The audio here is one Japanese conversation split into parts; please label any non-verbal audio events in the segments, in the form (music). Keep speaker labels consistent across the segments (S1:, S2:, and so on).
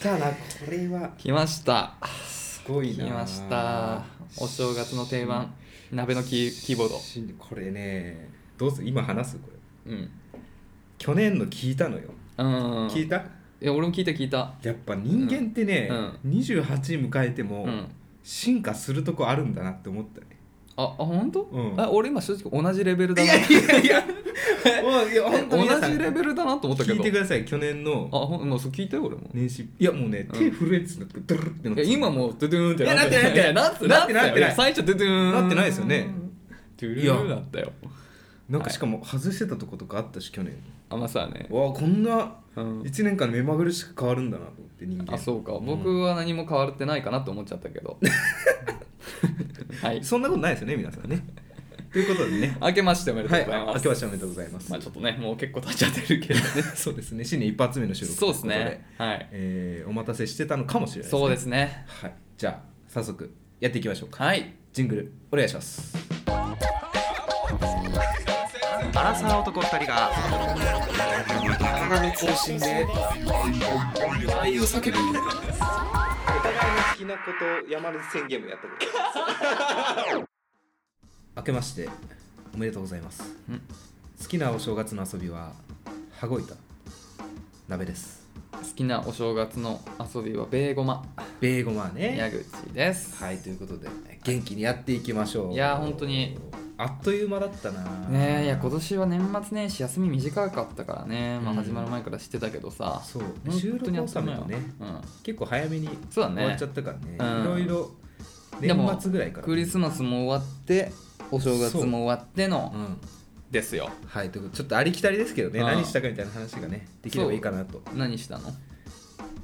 S1: それは
S2: 来ました
S1: すごい
S2: 来
S1: な
S2: ましたお正月の定番鍋のキーキーボード
S1: しこれねどうする今話すこれ
S2: うん
S1: 去年の聞いたのよ、
S2: うん
S1: 聞いた
S2: いや俺も聞いた聞いた
S1: やっぱ人間ってね、
S2: う
S1: 28迎えても
S2: うん
S1: 進化するとこあるんだなって思ったね、
S2: ああ本当、
S1: うん
S2: あ俺今正直同じレベルだな
S1: いやいやもういや本当に皆
S2: 同
S1: さん
S2: じレベルだなと思ったけ
S1: 聞い
S2: ど
S1: てください去年の
S2: あほん、まあ、そう聞いたよ俺も
S1: 年始いやもうね、
S2: うん
S1: 手震えてたドゥルルってな
S2: い
S1: っ
S2: や
S1: てた
S2: 今もうドゥドゥーンって
S1: いや
S2: な
S1: な
S2: っ
S1: って
S2: (laughs) な
S1: てな
S2: っ
S1: い
S2: て
S1: なってないなってない
S2: 最初ドゥドゥーン
S1: なってないですよね
S2: ドゥルルルだったよ
S1: なんかしかも外してたとことかあったし去年
S2: あまあさね、
S1: わあこんな
S2: うん、
S1: 1年間で目まぐるしく変わるんだなと思って人間
S2: あそうか僕は何も変わってないかなと思っちゃったけ
S1: (laughs)
S2: どはい
S1: そんなことないですよね皆さんね (laughs) ということでね
S2: (laughs) 明けましておめでと
S1: は
S2: う
S1: い
S2: ございます、
S1: あ明けましておめでとうございます、
S2: まあちょっとねもう結構経っちゃってるけどね
S1: (laughs) そうですね新年一発目の収録
S2: そうです
S1: とい
S2: ねはい
S1: ことで、えーお待たせしてたのかもしれないですね
S2: そうですね
S1: はい、じゃあ早速やっていきましょうか
S2: はい
S1: ジングルお願いします
S3: アラサー男二人が鏡中心で愛を叫ぶ
S1: お互いの好きなことを山根宣言もやったこと明けましておめでとうございます
S2: うん
S1: 好きなお正月の遊びは羽子板鍋です
S2: 好きなお正月の遊びはベーゴマ
S1: ベーゴマーね
S2: 矢口です、
S1: はいということで元気にやっていきましょう
S2: いやー本当に
S1: あっという間だったな
S2: ねえいや今年は年末年始休み短かったからね、まあ、
S1: うん
S2: 始まる前から知ってたけどさ、
S1: そう収
S2: 本当
S1: 録
S2: にあ
S1: の
S2: っと
S1: た
S2: いう
S1: め
S2: 間
S1: の
S2: よ
S1: ね、結構早めに
S2: そうだ
S1: 終わ
S2: ね
S1: っちゃったからね
S2: うん
S1: いろいろ
S2: でも
S1: 年末ぐらいから
S2: クリスマスも終わってお正月も終わっての
S1: うん
S2: ですよ
S1: はいということでちょっとありきたりですけどね
S2: うん
S1: 何したかみたいな話がねできればいいかなと
S2: 何したの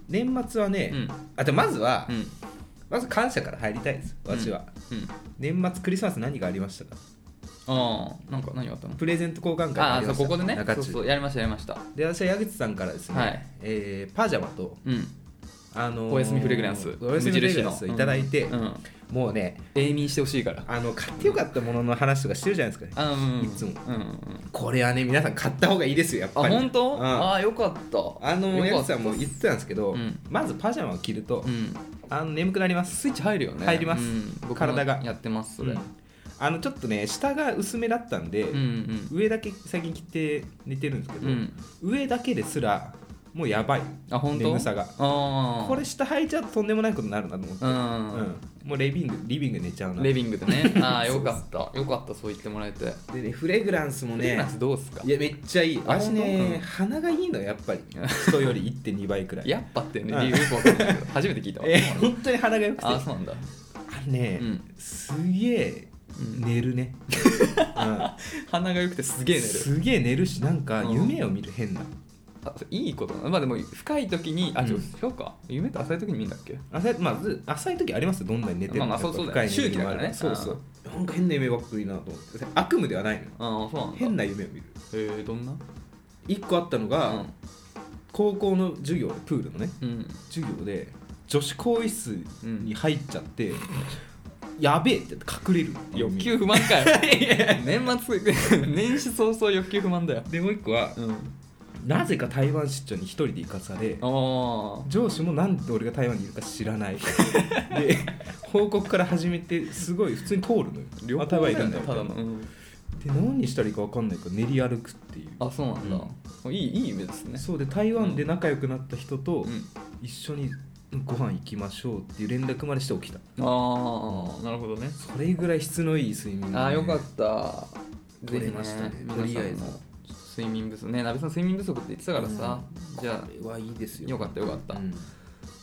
S1: 年末はね、
S2: うん
S1: あでもまずは、
S2: うん
S1: まず感謝から入りたいです私は、
S2: うん
S1: 年末クリスマス何がありましたか
S2: ああなんか何があったの
S1: プレゼント交換会が
S2: あ
S1: あ
S2: あ
S1: り
S2: そ
S1: ま
S2: う
S1: した
S2: ここでね
S1: 中
S2: そう
S1: 中
S2: そうやりましたやりました
S1: で私は矢口さんからですね、
S2: はい
S1: えーパジャマと、
S2: うん
S1: あのー
S2: おやすみフレグランス
S1: おやすみフレグランスをいただいて、
S2: うんうん、
S1: もうね
S2: 永眠してほしいから
S1: あの買ってよかったものの話とかしてるじゃないですか、
S2: あうん
S1: いつも
S2: うんうんうん
S1: これはね皆さん買った方がいいですよやっ
S2: あ
S1: ぱり
S2: 本当、
S1: うん
S2: ああよかった
S1: あの
S2: よ
S1: や
S2: かっ
S1: つさ
S2: た
S1: んも言ってたんですけど、
S2: うん
S1: まずパジャマを着ると、
S2: うん
S1: あの眠くなります
S2: スイッチ入るよね
S1: 入ります
S2: うん僕も
S1: 体が
S2: やってますそれ、
S1: う
S2: うんん、
S1: あのちょっとね下が薄めだったんで、
S2: うん
S1: 上だけ最近着て寝てるんですけ
S2: うん
S1: ど、上だけですらもうやばい
S2: あ本当
S1: 眠さが
S2: あー
S1: これ下履いちゃうととんでもないことになるなと思って、
S2: う
S1: うん
S2: ん、
S1: もうリビングリビングで寝ちゃうな
S2: レ
S1: で、
S2: ビングで
S1: (laughs)
S2: ねああよかったよかったそう言ってもらえて
S1: ね、フレグランスも
S2: レビ
S1: ね
S2: ナスどうっすか
S1: いやめっちゃいい
S2: あ
S1: 私
S2: 本当
S1: ね、
S2: うん
S1: 鼻がいいのやっぱり人より1.2倍くらい
S2: やっぱってね
S1: うん
S2: 理由よくわかんないけど初めて聞いたわ
S1: (laughs) えー、本当に鼻が良くて
S2: ああ
S1: あ
S2: そうなんだ
S1: れね、
S2: うん
S1: すげえ寝
S2: (laughs)
S1: るね、う
S2: 鼻が良くてす
S1: ん
S2: げえ寝る
S1: すげえ寝るしなんか
S2: うん
S1: 夢を見る変な、
S2: あそういいことなのまあでも深い時にあ
S1: うん
S2: 違う違うか夢って浅い時に見るんだっけ
S1: 浅いまあ、浅い時ありますよどんなに寝ても
S2: まあまあそうそうだよね
S1: 深い眠りもある
S2: 周期だからね
S1: そうそうなんか変な夢ばっかりなと思って悪夢ではないの
S2: ああそうなんだ
S1: 変な夢を見る
S2: えー、どんな
S1: 一個あったの
S2: う
S1: が、
S2: ん
S1: 高校の授業でプールのね
S2: うん
S1: 授業で女子更衣室に入っちゃって、やべえって隠れる
S2: 欲求不満かよ年末 (laughs) 年始早々欲求不満だよ
S1: でもう一個は、
S2: うん
S1: なぜか台湾出張に一人で行かされ
S2: あ
S1: 上司もなんで俺が台湾にいるか知らないで報告から始めてすごい普通に通るのよ
S2: あ旅行
S1: 頭
S2: だ
S1: いる
S2: よ
S1: んだ
S2: ね
S1: よ
S2: ただの、うん、
S1: で何にしたらいいか分かんないから練り歩くっていう
S2: あそうなんだ、いいいい夢ですね
S1: そうで台湾で仲良くなった人と
S2: うん
S1: 一緒にご飯行きましょうっていう連絡までして起きた
S2: ああなるほどね
S1: それぐらい質のいい睡眠
S2: ああよかったた
S1: 取れましたね
S2: ぜひ
S1: とりあえず
S2: 皆さんも睡眠不足ね鍋さん睡眠不足って言ってたからさ、じゃ
S1: これはいいです
S2: あ
S1: よ
S2: よかったよかった、
S1: うん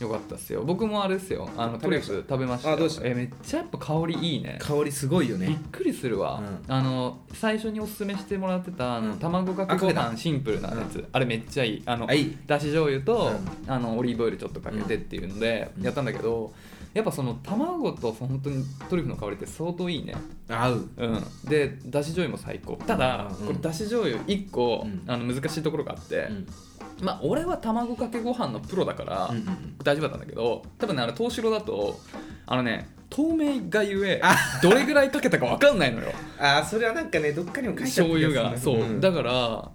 S2: よかったっすよ僕もあれですよあのト
S1: 食べ
S2: リュ
S1: ました
S2: フ食べましたよ
S1: あどうでした
S2: えめっちゃやっぱ香りいいね
S1: 香りすごいよ
S2: びっ
S1: ね
S2: くりするわ、
S1: う
S2: あの最初におすすめしてもらってたあの
S1: うん
S2: 卵かけ
S1: あか
S2: ご
S1: けた
S2: 飯シンプルなやつ、あれめっちゃいいあの
S1: あいい
S2: だし醤油と、あのオリーブオイルちょっとかけてっていうので
S1: うん
S2: やったんだけど、やっぱその卵とその本当にトリュフの香りって相当いいね
S1: 合う
S2: うん、でだし醤油も最高ただ、
S1: うん
S2: これだし醤油1個、
S1: うん
S2: あの難しいところがあって、まあ俺は卵かけご飯のプロだから、
S1: うんうんうん
S2: 大丈夫だったんだけど多分ねあれ東城だとあのね透明がゆえどれぐらいかけたか分かんないのよ
S1: ああそれはなんかねどっかにも書いてあった
S2: 醤油がそう、
S1: ん
S2: だからだか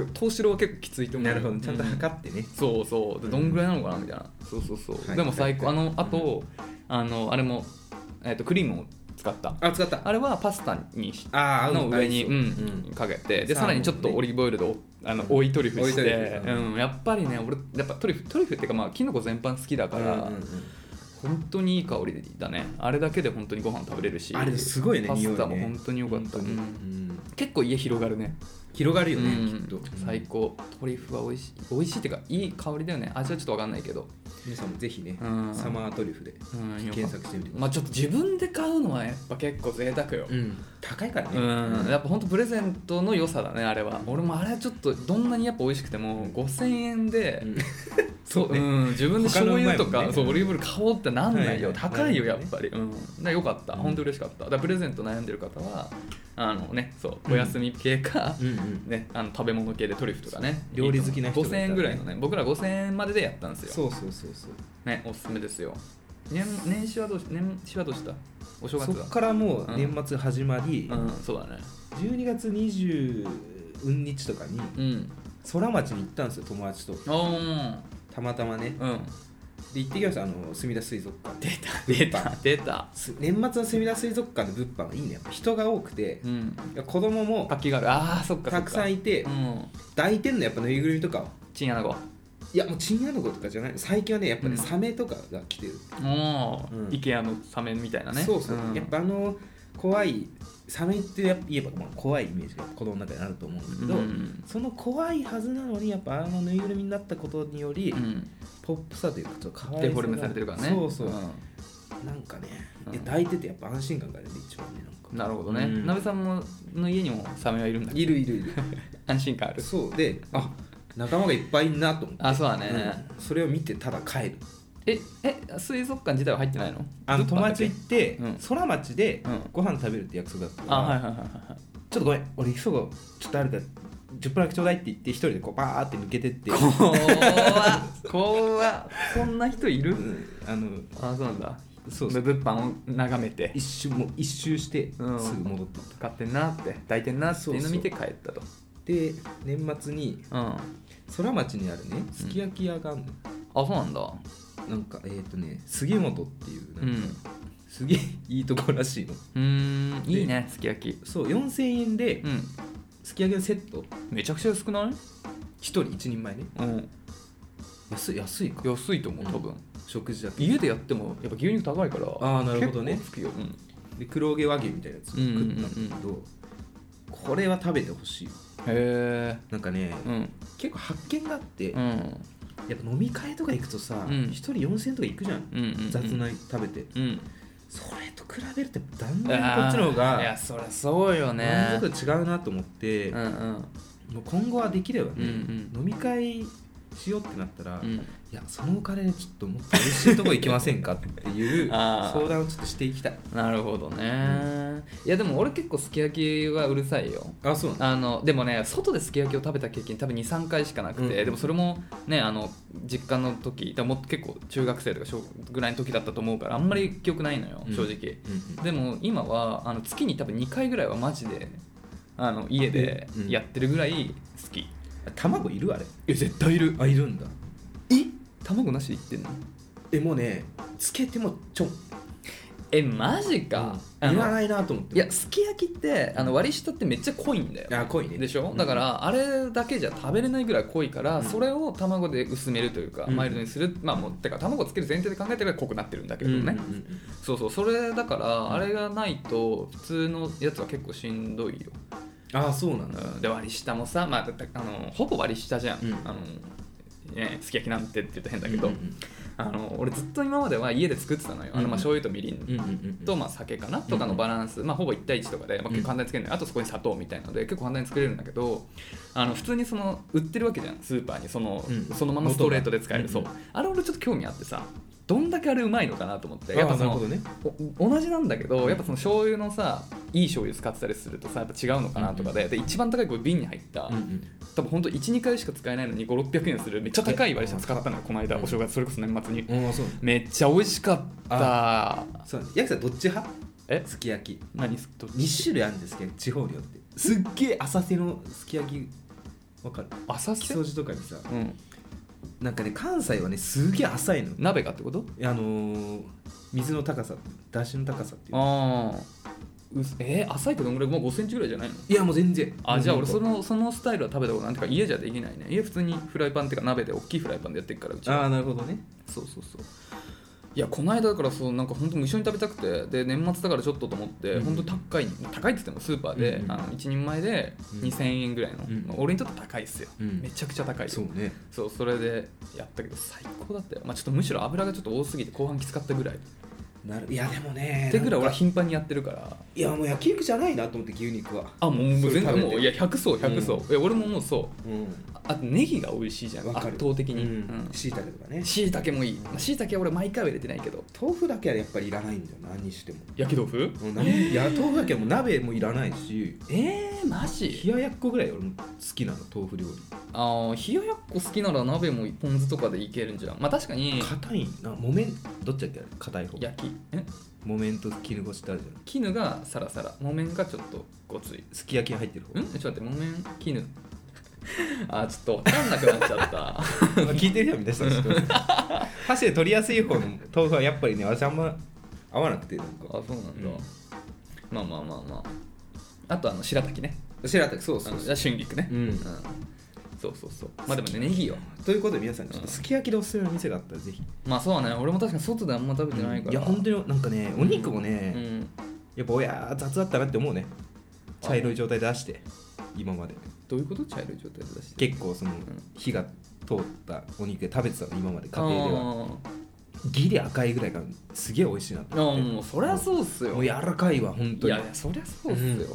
S2: ら東四郎は結構きついと思う
S1: な
S2: よ
S1: るほどちゃんと
S2: う
S1: 測ってね、
S2: そうそうでどんぐらいなのかなみたいな、そうそうそう、
S1: はい
S2: でも最高あ
S1: はい
S2: のあと、あのあれも、えっとクリームを使った
S1: あ使った
S2: あれはパスタに
S1: あー
S2: の上に、う
S1: 合いそうんうん
S2: かけてで
S1: サーモ
S2: さら
S1: ンね
S2: にちょっとオリーブオイルでおあの
S1: うん
S2: 追いトリュフし
S1: 追いトリ
S2: て
S1: ュフうん
S2: うんやっぱりね俺やっぱトリュフトリュフっていうかまあキノコ全般好きだから、
S1: うんうんうん
S2: 本当にいい香りだねあれだけで本当にご飯食べれるし
S1: あれすごいね
S2: パスタ
S1: 匂
S2: も
S1: いね
S2: 本当によかった、
S1: 本当に
S2: う
S1: うんん
S2: 結構家広がるね
S1: 広がるよね、
S2: うん
S1: きっと
S2: 最高トリュフは美味しい美味しいっていうかいい香りだよね味はちょっと分かんないけど
S1: 皆さんもぜひね、
S2: うん
S1: サマートリュフで
S2: うんよか
S1: 検索してみてくださ
S2: まあちょっと自分で買うのはやっぱ結構贅沢よ
S1: い、うん高いからね、
S2: うんやっぱ本当プレゼントの良さだねあれは俺もあれはちょっとどんなにやっぱ美味しくても5000円で、
S1: うん
S2: そううん、自分で
S1: 他の
S2: 醤
S1: うま
S2: 油
S1: い
S2: と
S1: もんね
S2: か、そうオリーブオイル買おうってなんないよ、
S1: はい
S2: 高いよ
S1: な
S2: や
S1: る
S2: っ
S1: ほどね
S2: ぱり、うん、だからよかった、
S1: うん
S2: 本当嬉しかっただからプレゼント悩んでる方はあのねそうお休み系か、
S1: うんうん
S2: ね、あの食べ物系でトリュフとかね
S1: そう料理好きな人がいた
S2: 5000
S1: らね
S2: 円ぐらいのね僕ら5000円まででやったんですよ
S1: そうそうそうそう
S2: ねおすすめですよ年年始はどうし年始はどうしたお正
S1: そ
S2: 月
S1: こ
S2: は
S1: からもう年末始まり、
S2: うんそうだね
S1: 12月20日とかに
S2: うん
S1: 空町に行ったんですよ友達と
S2: おー
S1: たまたまね (laughs)
S2: うん
S1: で行ってきましたあのすみだ水族館
S2: 出た出た出た
S1: す年末のすみだ水族館の物販がいいねやっぱ人が多くて
S2: う、ん
S1: いや子供も
S2: 活気があるあーそっかそっか
S1: たくさんいて、
S2: うん
S1: 抱いてんのやっぱぬいぐるみとかを
S2: チンアナゴ
S1: いやもうチンアナゴとかじゃない最近はねやっぱね、
S2: うん
S1: サメとかが来てる、
S2: もう、
S1: うん
S2: IKEA のサメみたいなね
S1: そうそう、
S2: ん
S1: やっぱあの怖いサメってやっぱ言えばまあ怖いイメージが子供の中にあると思うんだけど、
S2: うん
S1: その怖いはずなのにやっぱあのぬいぐるみになったことにより、
S2: うん
S1: ポップさというかちょっと可愛
S2: デフォルメされてるからね
S1: そうそう、
S2: う
S1: なんかね、
S2: うん
S1: いや抱いててやっぱ安心感があるね一番ねなんか
S2: んなるほどね、
S1: うん
S2: なべさんもの家にもサメはいるんだ
S1: いるいるいる
S2: 安心感ある
S1: そうであ仲間がいっぱいいんなと思って
S2: あそうだね、
S1: うんそれを見てただ帰る
S2: ええ水族館自体は入ってないの
S1: あの
S2: 物販
S1: 友
S2: だ
S1: 達
S2: け
S1: 行って、
S2: うん
S1: 空町で
S2: うん
S1: ご飯食べるって約束だったから、
S2: あはいはいはいはい
S1: ちょっとごめん俺急ぐちょっとあるから10分だけちょうだいって言って一人でこうバーって抜けてって、
S2: 怖っ怖っそんな人いる
S1: うんあの
S2: あそうなんだ
S1: そう
S2: で物販を眺めて
S1: 一周もう一周してすぐ
S2: うん
S1: 戻っていっ
S2: 買ってんなって抱いてんなっていうの見て
S1: そ
S2: 帰ったと
S1: た、で年末に
S2: うんあ
S1: 空町にあるねすき焼き屋があるの、
S2: そうなんだ
S1: なんかえっ、ー、とね杉本っていう
S2: う
S1: なんか
S2: ん
S1: すげえいいとこらしいの
S2: うーんいいねすき焼き
S1: そう4000円で
S2: うん
S1: すき焼きのセット
S2: めちゃくちゃ安くない
S1: 一人一人前ね
S2: うん
S1: 安い安いか
S2: 安いと思う多分、
S1: 食事だけ
S2: 家でやってもやっぱ牛肉高いから
S1: あーなるほどね
S2: 結構つくよ、うん、
S1: で黒毛和牛みたいなやつを食ったんだけど、これは食べてほしい
S2: へえ
S1: なんかね、
S2: うん
S1: 結構発見があって、
S2: う
S1: や
S2: ん
S1: っぱ飲み会とか行くとさ、
S2: うん
S1: 一人4000円とか行くじゃん、
S2: うんうん
S1: 雑な食べて
S2: うん
S1: それと比べると断
S2: いや
S1: 然こっちの方
S2: い
S1: が
S2: やそりゃそうよね
S1: 満足度違うなと思って、
S2: うんうん
S1: もう今後はできればね、
S2: うんうん
S1: 飲み会しようってなったら、
S2: う
S1: い
S2: ん
S1: やそのお金でちょっともっと美味しいとこ行きませんかって (laughs) いう
S2: あー
S1: 相談をちょっとしていきたい
S2: なるほどね、いやでも俺結構すき焼きはうるさいよ
S1: あそう
S2: あのでもね外ですき焼きを食べた経験多分23回しかなくて、
S1: うん
S2: でもそれもねあの実家の時だからもっと結構中学生とか小ぐらいの時だったと思うからあんまり記憶ないのよ、
S1: うん
S2: 正直
S1: うんうん
S2: でも今はあの月に多分2回ぐらいはマジであの家で
S1: うん
S2: やってるぐらい好き、
S1: 卵いるあれ
S2: え絶対いる
S1: あいるんだ
S2: え卵なしでいってんの
S1: えもうねつけてもちょん
S2: えマジか、あの
S1: 言わないなと思って
S2: いやすき焼きってあの割り下ってめっちゃ濃いんだよ
S1: あ濃いね
S2: でしょ、
S1: うん
S2: だからあれだけじゃ食べれないぐらい濃いから、
S1: うん
S2: それを卵で薄めるというか、
S1: うん
S2: マイルドにするまあもうてか卵つける前提で考えてれば濃くなってるんだけどね、
S1: うんうんうん
S2: そうそうそれだからあれがないと普通のやつは結構しんどいよ、
S1: ああそうなんだ
S2: うん、で割り下もさ、まあ、だってあのほぼ割り下じゃん、
S1: うん
S2: あのね、すき焼きなんてって言うと変だけど、
S1: うんうん
S2: あの俺ずっと今までは家で作ってたのよ、あのまあ醤油とみりん
S1: うんうんうんうん
S2: とまあ酒かなとかのバランス、まあ、ほぼ1対1とかで、まあ、結構簡単に作れるのよあとそこに砂糖みたいなので結構簡単に作れるんだけどあの普通にその売ってるわけじゃんスーパーにその,、
S1: うん
S2: そのままストレートで使える、
S1: 元
S2: そ
S1: が
S2: うあれ俺ちょっと興味あってさどんだけあれうまいのかなと思ってや
S1: や
S2: っ
S1: っ
S2: ぱ
S1: ぱ
S2: そ
S1: なるほ
S2: の、
S1: どね
S2: お同じなんだけどやっぱその醤油のさいい醤油使ってたりするとさやっぱ違うのかなとかで,、で一番高いこれ瓶に入った、
S1: うんうん
S2: 多分ほんと12回しか使えないのに5600円するめっちゃ高い割り下使ったのよこの間お正月それこそ年末に、
S1: ああそう
S2: めっちゃ美味しかった
S1: そうヤクさんどっち派
S2: え
S1: すき焼き
S2: 何すっと
S1: 2種類あるんですけど地方によってすっげえ浅瀬のすき焼きわかる
S2: 浅
S1: 木
S2: 瀬
S1: 掃除とかにさ
S2: うん
S1: なんかね関西はねすげえ浅いの
S2: 鍋がってこと
S1: あのー水の高さだしの高さっていう
S2: ああえー、浅いってどんぐらいもう5センチぐらいじゃないの
S1: いやもう全然
S2: あじゃあ俺
S1: も
S2: そう
S1: なんか
S2: のそのスタイルは食べたことないてか家じゃできないね家普通にフライパンっていうか鍋で大きいフライパンでやってるからうちは
S1: ああなるほどね
S2: そうそうそういやこの間だからそうなんか本当無性に食べたくてで年末だからちょっとと思って、
S1: うん
S2: 本当高い高いって言ってもスーパーで、
S1: うん
S2: あの1人前で
S1: うん
S2: 2000円ぐらいの、
S1: うん
S2: まあ俺にとって高いっすよ、
S1: うん
S2: めちゃくちゃ高いよ
S1: そうね
S2: そうそれでやったけど最高だったよ、まあ、ちょっとむしろ油がちょっと多すぎて後半きつかったぐらいっ
S1: なるいやでもね
S2: てぐらい俺
S1: なん
S2: は
S1: か
S2: 頻繁にやってるから
S1: いやもう焼き肉じゃないなと思って牛肉は
S2: あもうもう全
S1: それ食
S2: 然
S1: べて
S2: もういや100層100層、いや俺ももうそう
S1: うん
S2: ああとネギが美味しいじゃん
S1: わか
S2: 圧
S1: る
S2: 倒的に、うん
S1: しいたけとかね
S2: しいたけもいいしいたけ俺毎回は入れてないけど
S1: 豆腐だけはやっぱりいらないんだよな何にしても
S2: 焼き豆腐
S1: もう何いや豆腐だけはもう鍋もいらないし
S2: えー、マジ
S1: 冷ややっこぐらい俺も好きなの豆腐料
S2: あー冷ややっこ好きなら鍋もポン酢とかでいけるんじゃんまあ確かに
S1: 理硬いな木綿どっちだっけ硬い方
S2: 焼きえ
S1: 木綿と絹ごしってあるじゃん
S2: 絹がサラサラ木綿がちょっとごつい
S1: すき焼きが入ってる方
S2: んちょっと待って木綿絹 (laughs) あーちょっと分かんなくなっちゃった (laughs)
S1: まあ聞いてるよ皆さん知ってます箸で取りやすい方の豆腐はやっぱりね私あんま合わなくてなんか
S2: あそうなんだ、
S1: うん
S2: まあまあまあまああとあの白滝ね
S1: 白滝そう
S2: あ
S1: そう
S2: の
S1: そう
S2: 春菊ね
S1: うん
S2: そうそうそうまあでもねネギよ
S1: ということで皆さんちょっとすき焼きでおすすめの店があったらぜひ、
S2: まあそうだね俺も確かに外であんま食べてないから、
S1: いや本当になんかねお肉もね、
S2: うん
S1: やっぱおやー雑だったなって思うね茶色い状態出して今まで
S2: どういうこと茶色い状態で出して
S1: 結構その
S2: ん
S1: 火が通ったお肉で食べてたの今まで家
S2: あ
S1: 庭ではギリ赤いぐらいがすげえ美味しいな
S2: ー
S1: と
S2: いや
S1: 思って
S2: もうそりゃそうっすよ
S1: もう柔らかいわ本当
S2: い
S1: に
S2: やいやそりゃそうっすよ、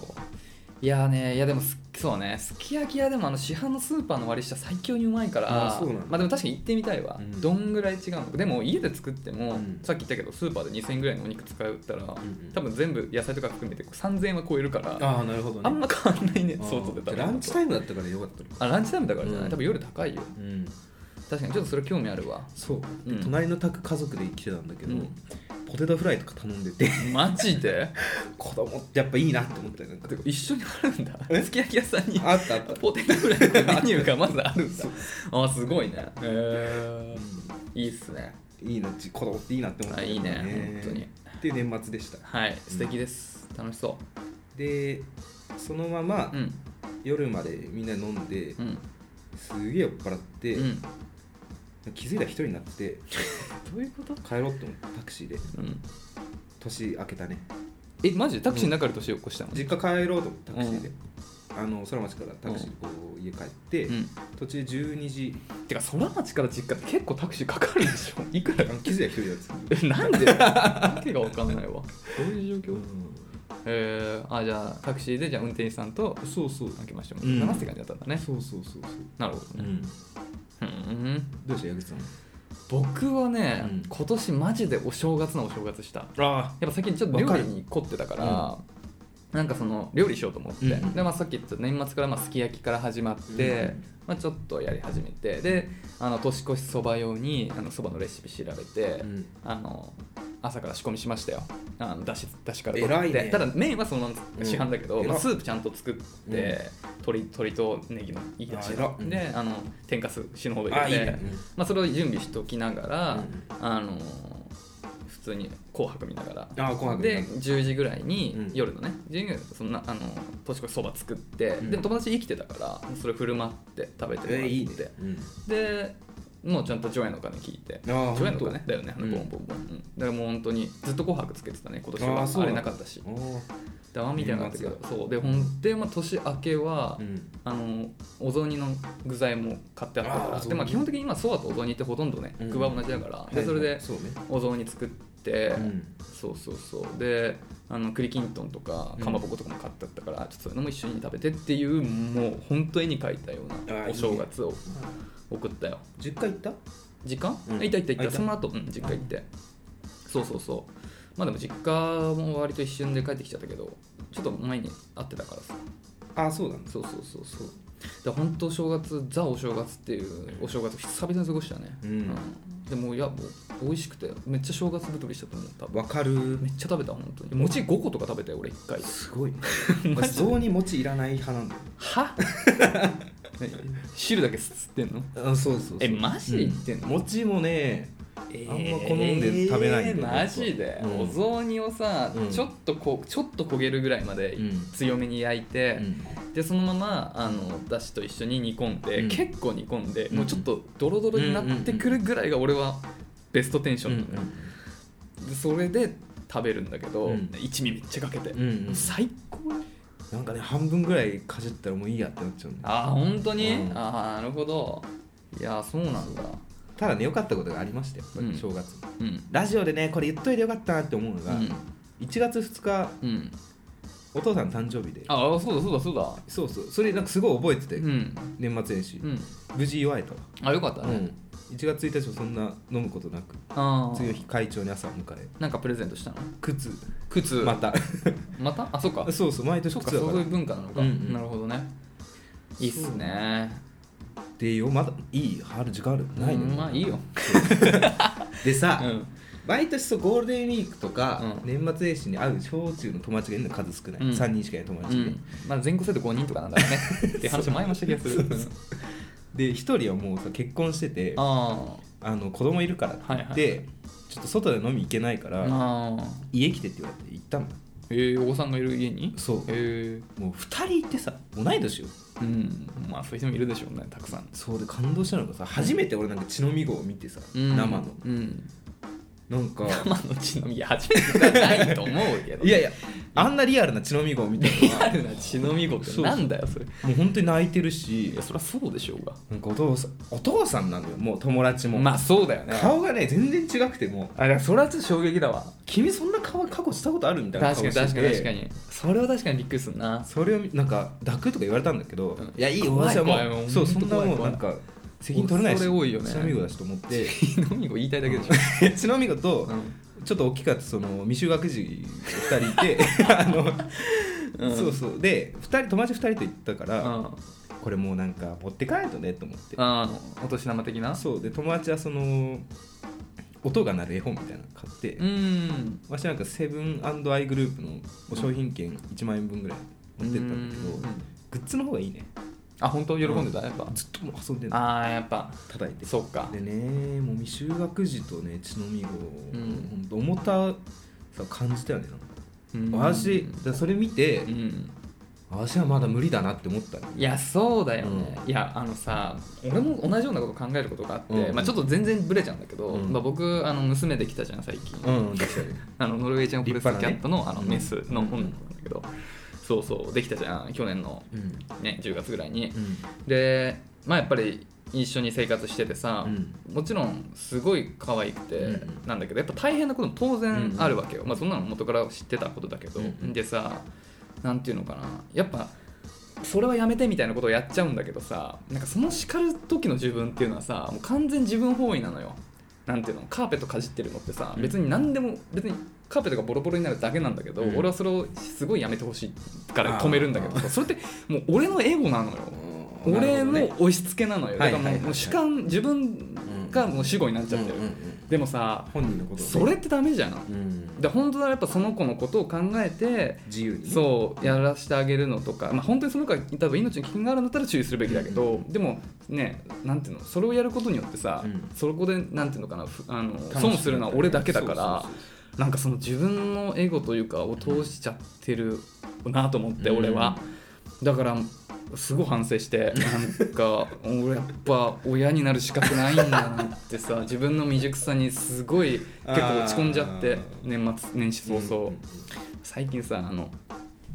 S2: いやねいやでもすそうねすき焼き屋でもあの市販のスーパーの割り下最強にうまいから
S1: あーそうなんだ
S2: まあでも確かに行ってみたいわ、
S1: うん
S2: どんぐらい違うのでも家で作っても、
S1: うん
S2: さっき言ったけどスーパーで2000円ぐらいのお肉使うったら、
S1: んうん
S2: 多分全部野菜とか含めて3000円は超えるからあ
S1: ああなるほどね
S2: んま変わんないね外で食べ
S1: あー
S2: る
S1: ランチタイムだったからよかったのか
S2: あランチタイムだからじゃない、
S1: うん
S2: 多分夜高いよ
S1: うん
S2: 確かにちょっとそれ興味あるわ
S1: そう、で
S2: うん
S1: 隣の宅家族で来てたんだけど、
S2: うん
S1: ポテトフライとか頼んでて (laughs)
S2: マジで
S1: 子供ってやっぱいいなって思ったよなんか
S2: てか一緒にあるんだすき焼き屋さんに
S1: (laughs) あったあった
S2: ポテトフライのメニューがまずあるんだあすごいねへえいいっすね
S1: いいなち子供っていいなって思っ
S2: あ
S1: た
S2: いいね本当に
S1: っていう年末でした
S2: はい素敵です、楽しそ
S1: でそのまま
S2: ううん
S1: 夜までみんな飲んで、
S2: うん
S1: すげえ酔っ払って、
S2: うん
S1: 気づいたら一人になってて
S2: (laughs) どういうこと
S1: 帰ろうと思ってタクシーで
S2: うん
S1: 年明けたね
S2: えマジでタクシーの中で年を越したの
S1: 実家帰ろうと思ってタクシーで、あの空町からタクシーでこう家帰って、
S2: うん
S1: 途中12時
S2: てか空町から実家って結構タクシーかかるでしょいくら
S1: あの気づいたら一人だったんです
S2: えなんでわけが分かんないわ
S1: どういう状況、
S2: えー、あじゃあタクシーでじゃあ運転手さんと
S1: そうそう
S2: 開けましょう、
S1: うん
S2: 話して感じだったんだね
S1: そうそうそうそう、
S2: なるほどね、
S1: ん、
S2: うんうん
S1: どうした矢口さん
S2: 僕はね、
S1: うん
S2: 今年マジでお正月のお正月した
S1: あ
S2: やっぱ最近ちょっと料理に凝ってたから
S1: わ
S2: なんかその料理しようと思って、
S1: うんうん
S2: でまあ、さっき言った年末からまあすき焼きから始まって、
S1: うん
S2: まあ、ちょっとやり始めてであの年越しそば用にあのそばのレシピ調べて、
S1: うん
S2: あの朝から仕込みしましたよあのだしだしから
S1: 偉いね
S2: ただメインはそのま
S1: う
S2: ま
S1: ん
S2: 市販だけど、
S1: 偉
S2: まあ、スープちゃんと作って、
S1: うん
S2: 鶏鶏とネギのいいだし
S1: あ偉っうん
S2: であの天かす死ぬほど
S1: あ
S2: 入
S1: いい
S2: れて
S1: ね、
S2: まあ、それを準備しておきながら、
S1: うん
S2: あのー普通に「紅白」見ながら
S1: あ紅白見な
S2: で
S1: がら
S2: 10時ぐらいに、
S1: うん
S2: 夜のね10時ぐらいそんなあのー年越しそば作って、
S1: うん
S2: でも友達生きてたからそれ振る舞って食べてもら
S1: え
S2: って、
S1: ー、いいね、うん、
S2: でもうちゃんと上映のお金聞いて
S1: あー
S2: 上映のお
S1: ほん
S2: 金だよねあの
S1: うん
S2: ボンボンボン、うんだからもう本当にずっと「紅白」つけてたね今年
S1: あ
S2: は
S1: ー
S2: あ
S1: そう
S2: れ
S1: なんだ
S2: なかったし
S1: おー
S2: だわみたいなのあったけど
S1: 年
S2: そうでほんで、まあ、年明けは、
S1: うん
S2: あのお雑煮の具材も買ってあったか
S1: あ
S2: ら
S1: ー
S2: で、まあ、
S1: そうね
S2: 基本的に今そばとお雑煮ってほとんどね
S1: うん
S2: 具は同じだから、でそれ
S1: はいは
S2: で
S1: いそうね、
S2: お雑煮作って、
S1: うん
S2: そうそうそうであの栗きんとんとか
S1: うん
S2: かまぼことかも買ってあったから、ちょっとそういうのも一緒に食べてっていうもう本当絵に描いたよう
S1: あ
S2: な
S1: ー
S2: お正月を送ったよ
S1: 10回行った
S2: 実家、
S1: うん
S2: いたいたい
S1: あい
S2: た
S1: た
S2: その後、うん、実家行ってそうそうそうまあでも実家も割と一瞬で帰ってきちゃったけどちょっと前に会ってたからさ
S1: あそうなんだ
S2: そうそうそうそうだから本当お正月ザお正月っていうお正月を久々に過ごしたね、
S1: うん
S2: でもいやもう美味しくてめっちゃ正月太りしたと思った
S1: わかる
S2: めっちゃ食べた本当に餅5個とか食べたよ俺1回です
S1: (laughs)
S2: (laughs)
S1: ごいね俺雑煮餅いらない派なんだよ
S2: は汁だけ吸ってんの
S1: あそうそうそう
S2: えマジで言ってんの
S1: 餅もね
S2: え
S1: あんま好んで食べないんだよ
S2: マジで、
S1: うん
S2: お雑煮をさ、
S1: うん
S2: ちょっとこうちょっと焦げるぐらいまで
S1: うん
S2: 強めに焼いて
S1: う、ん
S2: でそのままあのだしと一緒に煮込んで、
S1: うん
S2: 結構煮込んで、
S1: うん
S2: もうちょっとドロドロになってくるぐらいが俺はベストテンションなのよ、でそれで食べるんだけど、
S1: うん
S2: 一味めっちゃかけて、
S1: うんうん
S2: 最高よ
S1: なんかね半分ぐらいかじったらもういいやってなっちゃうんだ
S2: ああ本当に、
S1: うん
S2: ああなるほどいやーそうなんだ
S1: ただね良かったことがありましたよ
S2: うん
S1: 正月に
S2: うん
S1: ラジオでねこれ言っといてよかったなって思うの
S2: う
S1: が、
S2: ん、
S1: 1月2日
S2: うん、
S1: お父さんの誕生日で
S2: ああそうだそうだそうだ
S1: そうそうそれなんかすごい覚えてて、
S2: うん
S1: 年末年始、
S2: うん
S1: 無事祝えたわ、
S2: あよかった
S1: う
S2: ね、
S1: ん、1月1日もそんな飲むことなく
S2: あ
S1: 次の日会長に朝迎え
S2: あなんかプレゼントしたの
S1: 靴
S2: 靴
S1: ま
S2: ま
S1: た
S2: たあそっか
S1: (laughs) そうそう毎年
S2: そっか
S1: 靴だ
S2: そ
S1: か
S2: ういう
S1: ら
S2: 文化なのか、
S1: うんうん
S2: なるほどねいいっすね
S1: でよまだいいある時間あるないの、
S2: うんまあいいよ
S1: (laughs) でさ、
S2: うん
S1: 毎年そうゴールデンウィークとか、
S2: うん
S1: 年末年始に会う小中の友達がいるの数少ない、
S2: うん
S1: 3人しかいない友
S2: う
S1: 達で、
S2: ん、まあ全校生徒5人とかなんだろう
S1: (laughs)
S2: ねって話前もした気がするうん
S1: で1人はもうさ結婚してて
S2: あ
S1: あの子供いるからって言って、
S2: は
S1: ちょっと外で飲み行けないか
S2: あ
S1: ら、
S2: ああ
S1: 家来てって言われて行ったの
S2: ええお子さんがいる家に
S1: そう
S2: え
S1: もう2人いてさ同い年よ
S2: えうんまあそういう人もいるでしょうねたくさん
S1: そうで感動したのがさ初めて俺なんか血のみ号を見てさ、
S2: うん
S1: 生の
S2: うん
S1: なん
S2: (laughs)
S1: か
S2: 生の血のみいや初めてじゃないと思うけど
S1: いやいやあんなリアルな血のみ号を見て
S2: リアルな血のみ子ってなんだよそれ
S1: (laughs) もう本当に泣いてるし
S2: いやそりゃそうでしょうが
S1: なんかお父さんお父さんなのよもう友達も、
S2: まあそうだよね
S1: 顔がね全然違くてもう
S2: あいやそれはちょっと衝撃だわ
S1: 君そんな顔過去したことあるみたいな
S2: 確
S1: 顔
S2: か
S1: して
S2: に
S1: て
S2: 確かに確かにそれは確かにびっくりするな
S1: (laughs) それを見なんか抱くとか言われたんだけど、
S2: うん
S1: いやいいよ
S2: 怖い
S1: 私はも
S2: 怖いも
S1: う
S2: う
S1: そうそ
S2: 本
S1: ん
S2: 当
S1: な
S2: 怖い
S1: もう
S2: 怖
S1: ないんか責任取れないし
S2: 恐れ多いよね
S1: 血のみ号だしと思っ
S2: (laughs)
S1: て
S2: 血のみ子言いたいだけでしょ
S1: ちなみにと、
S2: う
S1: ちょっと大きかったその未就学児2人
S2: (laughs)
S1: いてあの、
S2: ん
S1: そうそうで2人友達2人と行ったか
S2: う
S1: ら、
S2: ん
S1: これもうなんか持ってかないとねと思って、
S2: うんお年玉的な
S1: そうで友達はその音が鳴る絵本みたいなの買って、
S2: うん
S1: 私なんかセブンアイグループの商品券1万円分ぐらい持ってったんだけど、
S2: うん
S1: グッズの方がいいね
S2: あ本当喜んでたやっぱ
S1: ずっともう遊んでんの
S2: ああやっぱ
S1: 叩いて
S2: そうか
S1: でねもう未就学児とね血のみご
S2: うん
S1: ほんと重たさを感じたよねなんか
S2: うん
S1: 私だからそれ見て、
S2: うん
S1: 私はまだ無理だなって思ったの
S2: いやそうだよね、いやあのさ俺も同じようなこと考えることがあって、
S1: うん
S2: まあ、ちょっと全然ブレちゃうんだけど、
S1: うん
S2: まあ、僕あの娘できたじゃん最近、
S1: うん確かに
S2: あのノルウェージャンプレスキャットの,、あの
S1: 立派なね
S2: メスの女の子なんだけど、そうそうできたじゃん去年の、
S1: うん
S2: ね、10月ぐらいに、
S1: うん
S2: でまあやっぱり一緒に生活しててさ、
S1: うん
S2: もちろんすごい可愛くて
S1: うんうん
S2: なんだけどやっぱ大変なことも当然
S1: うん
S2: あるわけよ、まあ、そんなの元から知ってたことだけど、
S1: うんうん
S2: でさなんていうのかなやっぱそれはやめてみたいなことをやっちゃうんだけどさなんかその叱る時の自分っていうのはさもう完全自分本位なのよなんていうのカーペットかじってるのってさ
S1: うん
S2: 別に何でも別にカーペットがボロボロになるだけなんだけど、
S1: うん
S2: 俺はそれをすごいやめてほしいから止めるんだけどさそれってもう俺のエゴなのよ俺の押し付けなのよ
S1: は
S2: だ
S1: い
S2: から
S1: はいはい
S2: もう主観自分がもう主語になっちゃってる、
S1: うんうんうん
S2: でもさ
S1: 本人のことをね
S2: それってダメじゃん
S1: うん
S2: で本当はやっぱその子のことを考えて
S1: 自由にね
S2: そうやらせてあげるのとか、まあ、本当にその子が多分命に危険があるんだったら注意するべきだけど、でもねなんていうのそれをやることによってさ、
S1: うん
S2: そこでなんていうのかなふあの
S1: 楽しくなる
S2: 損するのは俺だけだから
S1: そうそう
S2: なんかその自分のエゴというかを通しちゃってるなと思って
S1: うん
S2: 俺は、だからすごい反省してなんか俺やっぱ親になる資格ないんだなって
S1: (laughs)
S2: さ自分の未熟さにすごい結構落ち込んじゃって
S1: あー
S2: 年末年始早々、最近さあの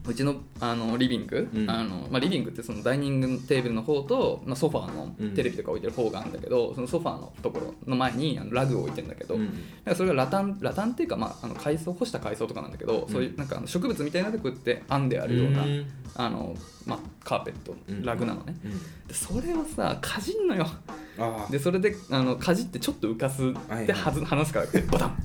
S2: うちのあのリビング、
S1: うん
S2: あのまあ、リビングってそのダイニングテーブルの方と、まあ、ソファーの
S1: うん
S2: テレビとか置いてる方があるんだけど、そのソファーのところの前にあのラグを置いてるんだけど、
S1: うんうん
S2: なんかそれがラタンラタンっていうか、まあ、あの海藻干した海藻とかなんだけど、
S1: うん
S2: そういうなんかあの植物みたいなのでこうやって編んであるような、
S1: うん
S2: あのまあ、カーペットラグなのね、
S1: うん
S2: でそれをさかじんのよ
S1: あ
S2: でそれであのかじってちょっと浮かす
S1: はい
S2: ではず離すからでバタン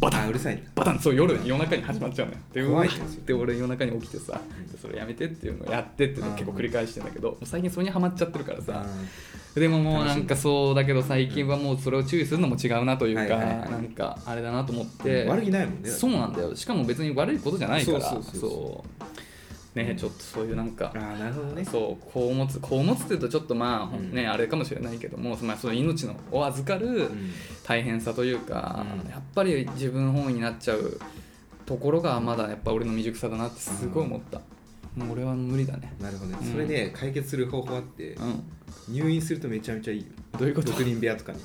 S1: バタンうるさいんだ
S2: バタンそう夜夜中に始まっちゃうのよで
S1: 怖い
S2: でで俺夜中に起きてさでそれやめてっていうのをやってっていうのを結構繰り返してんだけどもう最近それにはまっちゃってるからさ、でももうなんかそうだけど最近はもうそれを注意するのも違うなというか、
S1: はいはいはい
S2: なんかあれだなと思って、
S1: うん悪気ないもんね
S2: そうなんだよしかも別に悪いことじゃないから
S1: そうそうそうそう
S2: そうねちょっとそういうなんか
S1: ああなるほどね
S2: そう子を持つ子を持つっていうとちょっとまあ、
S1: うん
S2: ねあれかもしれないけども、まあ、その命のを預かる
S1: うん
S2: 大変さというか、
S1: うん
S2: やっぱり自分本位になっちゃうところがまだやっぱ俺の未熟さだなってすごい思った、もう俺は無理だね
S1: なるほどね
S2: うん
S1: それね解決する方法あって
S2: うん
S1: 入院するとめちゃめちゃいいよ
S2: どういうこと
S1: 6人部屋とかに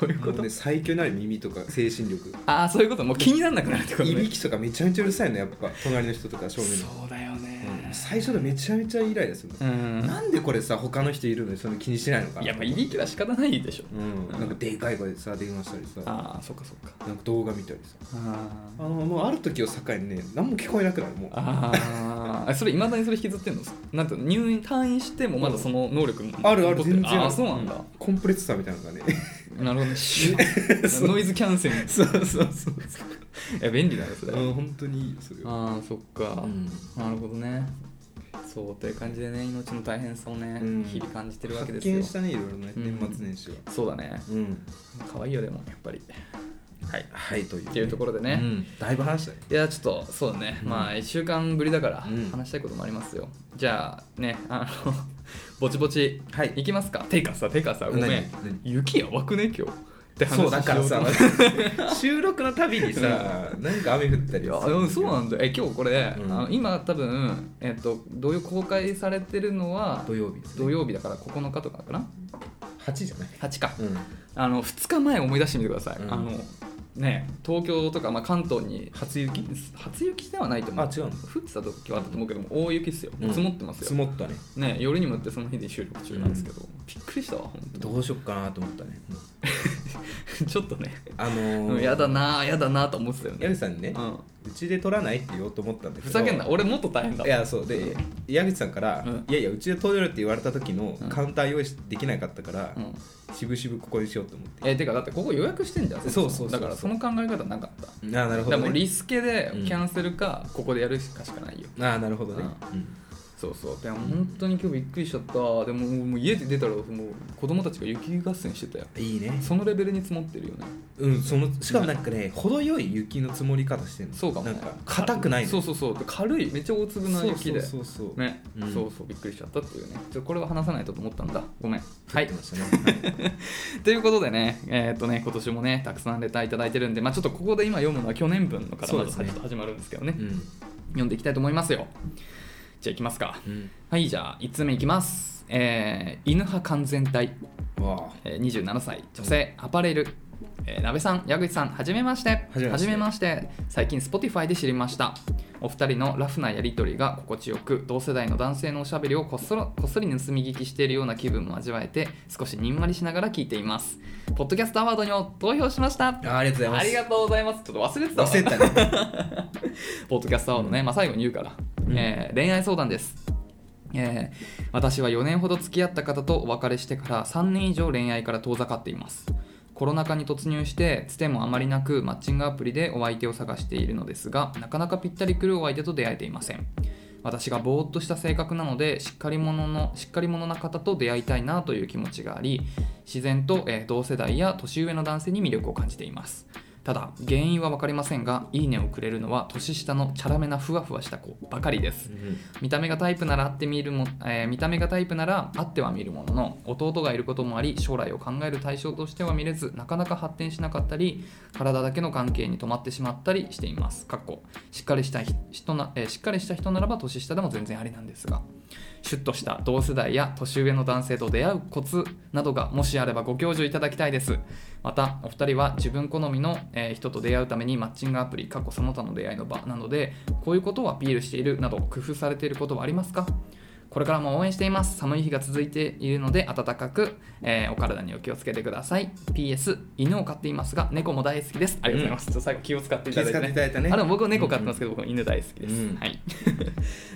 S2: どういうこ
S1: も
S2: と、
S1: うね最強になる耳とか精神力
S2: ああそういうこともう気にならなくなるってこと
S1: い
S2: ね
S1: びきとかめちゃめちゃうるさいのやっぱ隣の人とか正面の
S2: そうだよね、
S1: 最初でめちゃめちゃイライラする
S2: う
S1: の、
S2: ん、
S1: なんでこれさ他の人いるのにその気にしないのかな
S2: やっぱいびきは仕方ないでしょ
S1: うん、なんかでかい声でさ電話したりさ
S2: ああそっかそっか
S1: なんか動画見たりさ
S2: あ
S1: あのもうある時を境にね何も聞こえなくなるもう
S2: あ
S1: あ
S2: あーそれいまだにそれ引きずってんのなんと入院退院してもまだその能力も
S1: るある
S2: 残って
S1: 全然
S2: あーそうなんだ、
S1: コンプレッサーみたいなのがね
S2: なるほど
S1: (laughs)
S2: ねノイズキャンセル
S1: そうそうそう
S2: いや便利だねそれ、
S1: うん (laughs) 本当にいいよそれは
S2: ああそっか、
S1: うん
S2: なるほどねそうという感じでね命の大変さをね、
S1: うん
S2: 日々感じてるわけ
S1: 発
S2: ですよ
S1: 見したねいろいろね
S2: うん
S1: 年末年始は
S2: そうだね
S1: うん、
S2: 可愛いよでもやっぱりはい
S1: はいという
S2: っていうところでね、
S1: うん、だいぶ話したね
S2: いやちょっとそうだね、
S1: うん
S2: まあ1週間ぶりだから
S1: うん
S2: 話したいこともありますよ、じゃあねあの (laughs) ぼちぼち、はい、いきますかていうかさていうかさごめん
S1: 何何
S2: 雪やばくね今日って話
S1: そうだから
S2: しよ
S1: さ
S2: うと思って
S1: (laughs) 収録のたびにさなんか雨降った
S2: い
S1: り
S2: やうんそうなんだよえ今日これ、
S1: うん
S2: あの今多分、えっと、どういう公開されてるのは
S1: 土曜日ですね
S2: 土曜日だから9日とかかな
S1: 8じゃない
S2: 8か、
S1: うん
S2: あの2日前思い出してみてください、
S1: うん
S2: あのね東京とか、まあ、関東に
S1: 初雪
S2: 初雪ではないと思う
S1: あ違うの
S2: 降ってた時はあったと思うけども大雪ですよ
S1: うん
S2: 積もってますよ、
S1: 積もったね
S2: ね夜にもやってその日で収録中なんですけど、びっくりしたわ本当
S1: どうしよっかなと思ったね
S2: に (laughs) ちょっとね、
S1: あの
S2: う
S1: ー
S2: ん、やだなあやだなあと思ってたよ
S1: 矢
S2: ね
S1: 口さんにね
S2: うん、
S1: うちで撮らないって言おうと思ったんだけど
S2: ふざけんな俺もっと大変だ
S1: いやそうで矢口さんから
S2: うん
S1: 「いやいやうちで撮れる」って言われた時の
S2: うん
S1: カウンター用意できなかったから
S2: うん、
S1: しぶしぶここにしようと思って
S2: えてかだってここ予約してんじゃんもも
S1: そうそうそうそう
S2: だからその考え方なかった
S1: あーなるほ
S2: で
S1: ど
S2: もう
S1: ね
S2: リスケで
S1: うん
S2: キャンセルか、ここでやるしかしかないよ
S1: あーなるほどね
S2: あ
S1: うん
S2: そうそうでも本当に今日びっくりしちゃったでももう家で出たらもう子供たちが雪合戦してたよ
S1: いいね
S2: そのレベルに積もってるよね
S1: うんそのしかもなんかね程よい雪の積もり方してるの
S2: そうかも、
S1: な
S2: ね、
S1: んか硬くないの
S2: そうそうそう軽いめっちゃ大粒な雪で
S1: そうそうそうそう
S2: ね、
S1: うん
S2: そうそうびっくりしちゃったっていうねちょこれは話さないとと思ったんだごめんは
S1: 入
S2: い
S1: ってましたねはい
S2: ということでねえーっとね今年もねたくさんレターいただいてるんでまあちょっとここで今読むのは去年分のから
S1: そう
S2: ま
S1: で
S2: ず
S1: すね
S2: ちょっと始まるんですけどね
S1: うん
S2: 読んでいきたいと思いますよじゃあいきますか
S1: うん
S2: はいじゃあ1つ目いきますえー、犬派完全体
S1: うわあ
S2: えー27歳女性アパレル、えー、鍋さん矢口さんはじめまして
S1: はじめまして
S2: はして最近 Spotify で知りましたお二人のラフなやり取りが心地よく同世代の男性のおしゃべりをこっそりこっそり盗み聞きしているような気分も味わえて少しにんまりしながら聞いていますポッドキャストアワードにも投票しました
S1: あありがとうございま
S2: あ
S1: す
S2: りがとうございますちょっと忘れてたわ
S1: 忘れてたね
S2: ポッドキャストアワードね、まあ、最後に言うから、
S1: うん
S2: えー恋愛相談です、えー私は4年ほど付き合った方とお別れしてから3年以上恋愛から遠ざかっていますコロナ禍に突入してつてもあまりなくマッチングアプリでお相手を探しているのですがなかなかぴったりくるお相手と出会えていません私がぼーっとした性格なのでしっかり者のしっかり者な方と出会いたいなという気持ちがあり自然と、えー同世代や年上の男性に魅力を感じていますただ原因は分かりませんがいいねをくれるのは年下のチャラめなふわふわした子ばかりです
S1: うん
S2: 見た目がタイプなら会ってみるも、えー見た目がタイプなら会ってはみるものの弟がいることもあり将来を考える対象としては見れずなかなか発展しなかったり体だけの関係に止まってしまったりしていますかっこしっかりしたひ人な、えーしっかりした人ならば年下でも全然ありなんですがシュッとした同世代や年上の男性と出会うコツなどがもしあればご教授いただきたいですまたお二人は自分好みの、えー人と出会うためにマッチングアプリ過去その他の出会いの場なのでこういうことをアピールしているなど工夫されていることはありますかこれからも応援しています寒い日が続いているので暖かく、えーお体にお気をつけてください PS 犬を飼っていますが猫も大好きですありがとうございます、ちょっと最後気を使ってい
S1: 気遣
S2: た
S1: っ
S2: だいてね
S1: ていただいたね
S2: あでも僕は猫飼ってますけど、僕は犬大好きです。
S1: うん (laughs)
S2: はい。 (laughs)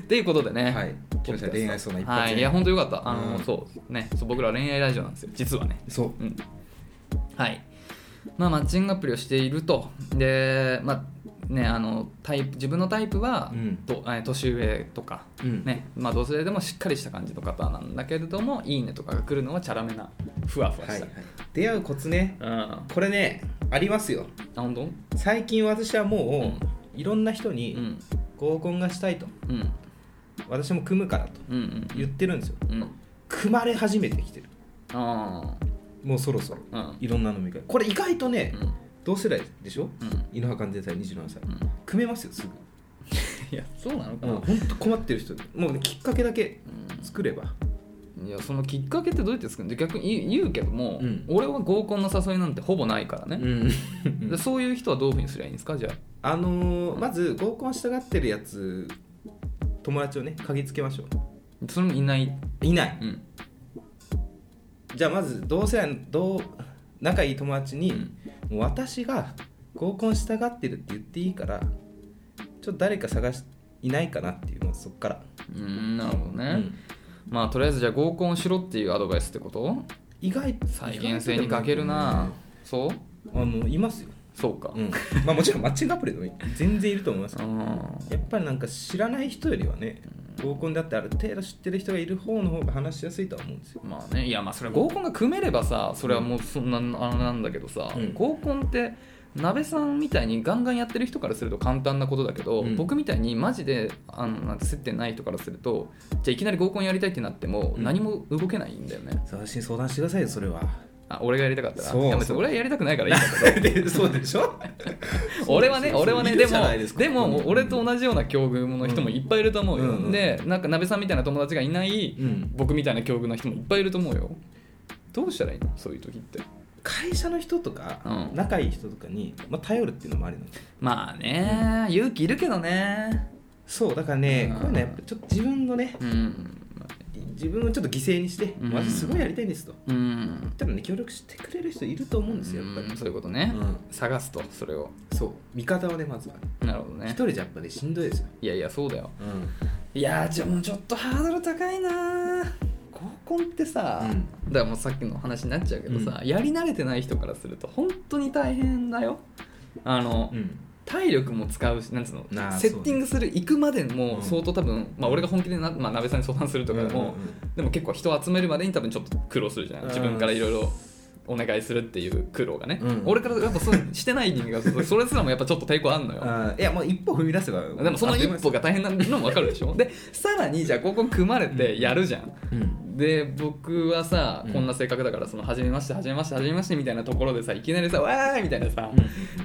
S2: ということでね。
S1: はい来ました恋愛相談一発目
S2: はい。いや、本当よかった。あの、
S1: うん
S2: そう、ね、そう、僕ら恋愛ラジオなんですよ。実はね。
S1: そう
S2: うん。はい。まあ、マッチングアプリをしていると。で、まあ、ね、あの、タイプ、自分のタイプは、
S1: うん
S2: とえー年上とか。
S1: うん
S2: ね、まあ、同世代でもしっかりした感じの方なんだけれども、いいねとかが来るのはチャラめな。ふわふわ
S1: は
S2: し
S1: い
S2: た。
S1: はい出会うコツね
S2: うん。あ、
S1: これねありますよ
S2: 本当。
S1: 最近私はもう、いろんな人
S2: う
S1: に
S2: ん。
S1: 合コンがしたいと
S2: うん。
S1: 私も組むからと
S2: うんうん
S1: 言ってるんですよ
S2: うん
S1: 組まれ始めてきてる
S2: あ
S1: もうそろそろ
S2: あうん
S1: いろんな飲み会これ意外とね、
S2: うん
S1: 同世代でしょ
S2: うん
S1: 井ノ原完全体27歳
S2: うん
S1: 組めますよすぐ
S2: (laughs) いやそうなのかな、
S1: 本当困ってる人もうねきっかけだけ作れば
S2: うんいやそのきっかけってどうやって作るの逆に言う言うけども、
S1: うん
S2: 俺は合コンの誘いなんてほぼないからね、で
S1: で
S2: そういう人はどういうふうにすりゃいいんですかじゃあ
S1: (laughs) あのーまず合コンしたがってるやつ友達をね嗅ぎつけましょ
S2: それもいない、
S1: ういない
S2: うん
S1: じゃあまず同世代の同仲いい友達に、
S2: うん
S1: もう私が合コンしたがってるって言っていいからちょっと誰か探しいないかなっていうまずそっから、
S2: うん、なるほどね、
S1: うん
S2: まあとりあえずじゃあ合コンしろっていうアドバイスってこと
S1: 意外
S2: 再現性に欠けるな、そう
S1: 意外とでもねあのいますよ、
S2: そうか、
S1: うん (laughs) まあ、もちろんマッチングアプリでも全然いると思いますけど
S2: うん
S1: やっぱりなんか知らない人よりはね合コンだってある程度知ってる人がいる方の方が話しやすいとは思うんですよ
S2: まあねいやまあそれ合コンが組めればさそれはもうそんなあのなんだけどさ、
S1: うん
S2: 合コンって鍋さんみたいにガンガンやってる人からすると簡単なことだけど、
S1: うん
S2: 僕みたいにマジであのなんて接点ない人からするとじゃあいきなり合コンやりたいってなっても
S1: うん
S2: 何も動けないんだよね、
S1: 私に相談してくださいよそれは
S2: あ俺がやりたかったら
S1: そう
S2: いや別に俺はやりたくないからいいんだけど
S1: そう (laughs) でし (laughs) ょ
S2: 俺はね、
S1: そうそう
S2: 俺はね、
S1: い
S2: で
S1: る
S2: も
S1: じゃないです、か
S2: でも、
S1: うん
S2: 俺と同じような境遇の人もいっぱいいると思うよ。
S1: うん
S2: で、なんか、なべさんみたいな友達がいない、
S1: うん
S2: 僕みたいな境遇の人もいっぱいいると思うよ。どうしたらいいのそういう時って。
S1: 会社の人とか、
S2: うん
S1: 仲いい人とかに、まあ、頼るっていうのもありなんですよ
S2: まあね、勇気いるけどね。
S1: そうだからね、
S2: うん
S1: こういうのはやっぱちょっと自分のね
S2: うん。
S1: 自分をちょっと犠牲にして、
S2: うん
S1: 私すごいやりたいんですと
S2: うん。
S1: 多分ね協力してくれる人いると思うんですよやっぱり、
S2: うんそういうことね。
S1: うん
S2: 探すと、それを。
S1: そう味方をねまずはね
S2: なるほど
S1: 一
S2: ね。
S1: 人じゃやっぱねしんどいですよ、
S2: いやいや、そうだよ。
S1: うん
S2: いやー、じゃあもうちょっとハードル高いなー。合コンってさ、
S1: うん
S2: だからもうさっきの話になっちゃうけどさ、やり慣れてない人からすると本当に大変だよあの、
S1: うん、
S2: 体力も使うしなんつうの
S1: なあ
S2: セッティングする行くまでも
S1: うん
S2: 相当多分、まあ俺が本気でな、まあ、鍋さんに相談するとかでも、
S1: うんうんうん
S2: でも結構人を集めるまでに多分ちょっと苦労するじゃない自分からいろいろお願いするっていう苦労がね、
S1: うん
S2: 俺からやっぱそうしてない人間がするとそれすらもやっぱちょっと抵抗あんのよ
S1: あーいやもう一歩踏み出せば
S2: でもその一歩が大変なのも分かるでしょでさらにじゃあここ組まれてやるじゃん、
S1: うん
S2: で僕はさ
S1: うん
S2: こんな性格だからその初めまして初めまして初めましてみたいなところでさいきなりさわーいみたいなさ、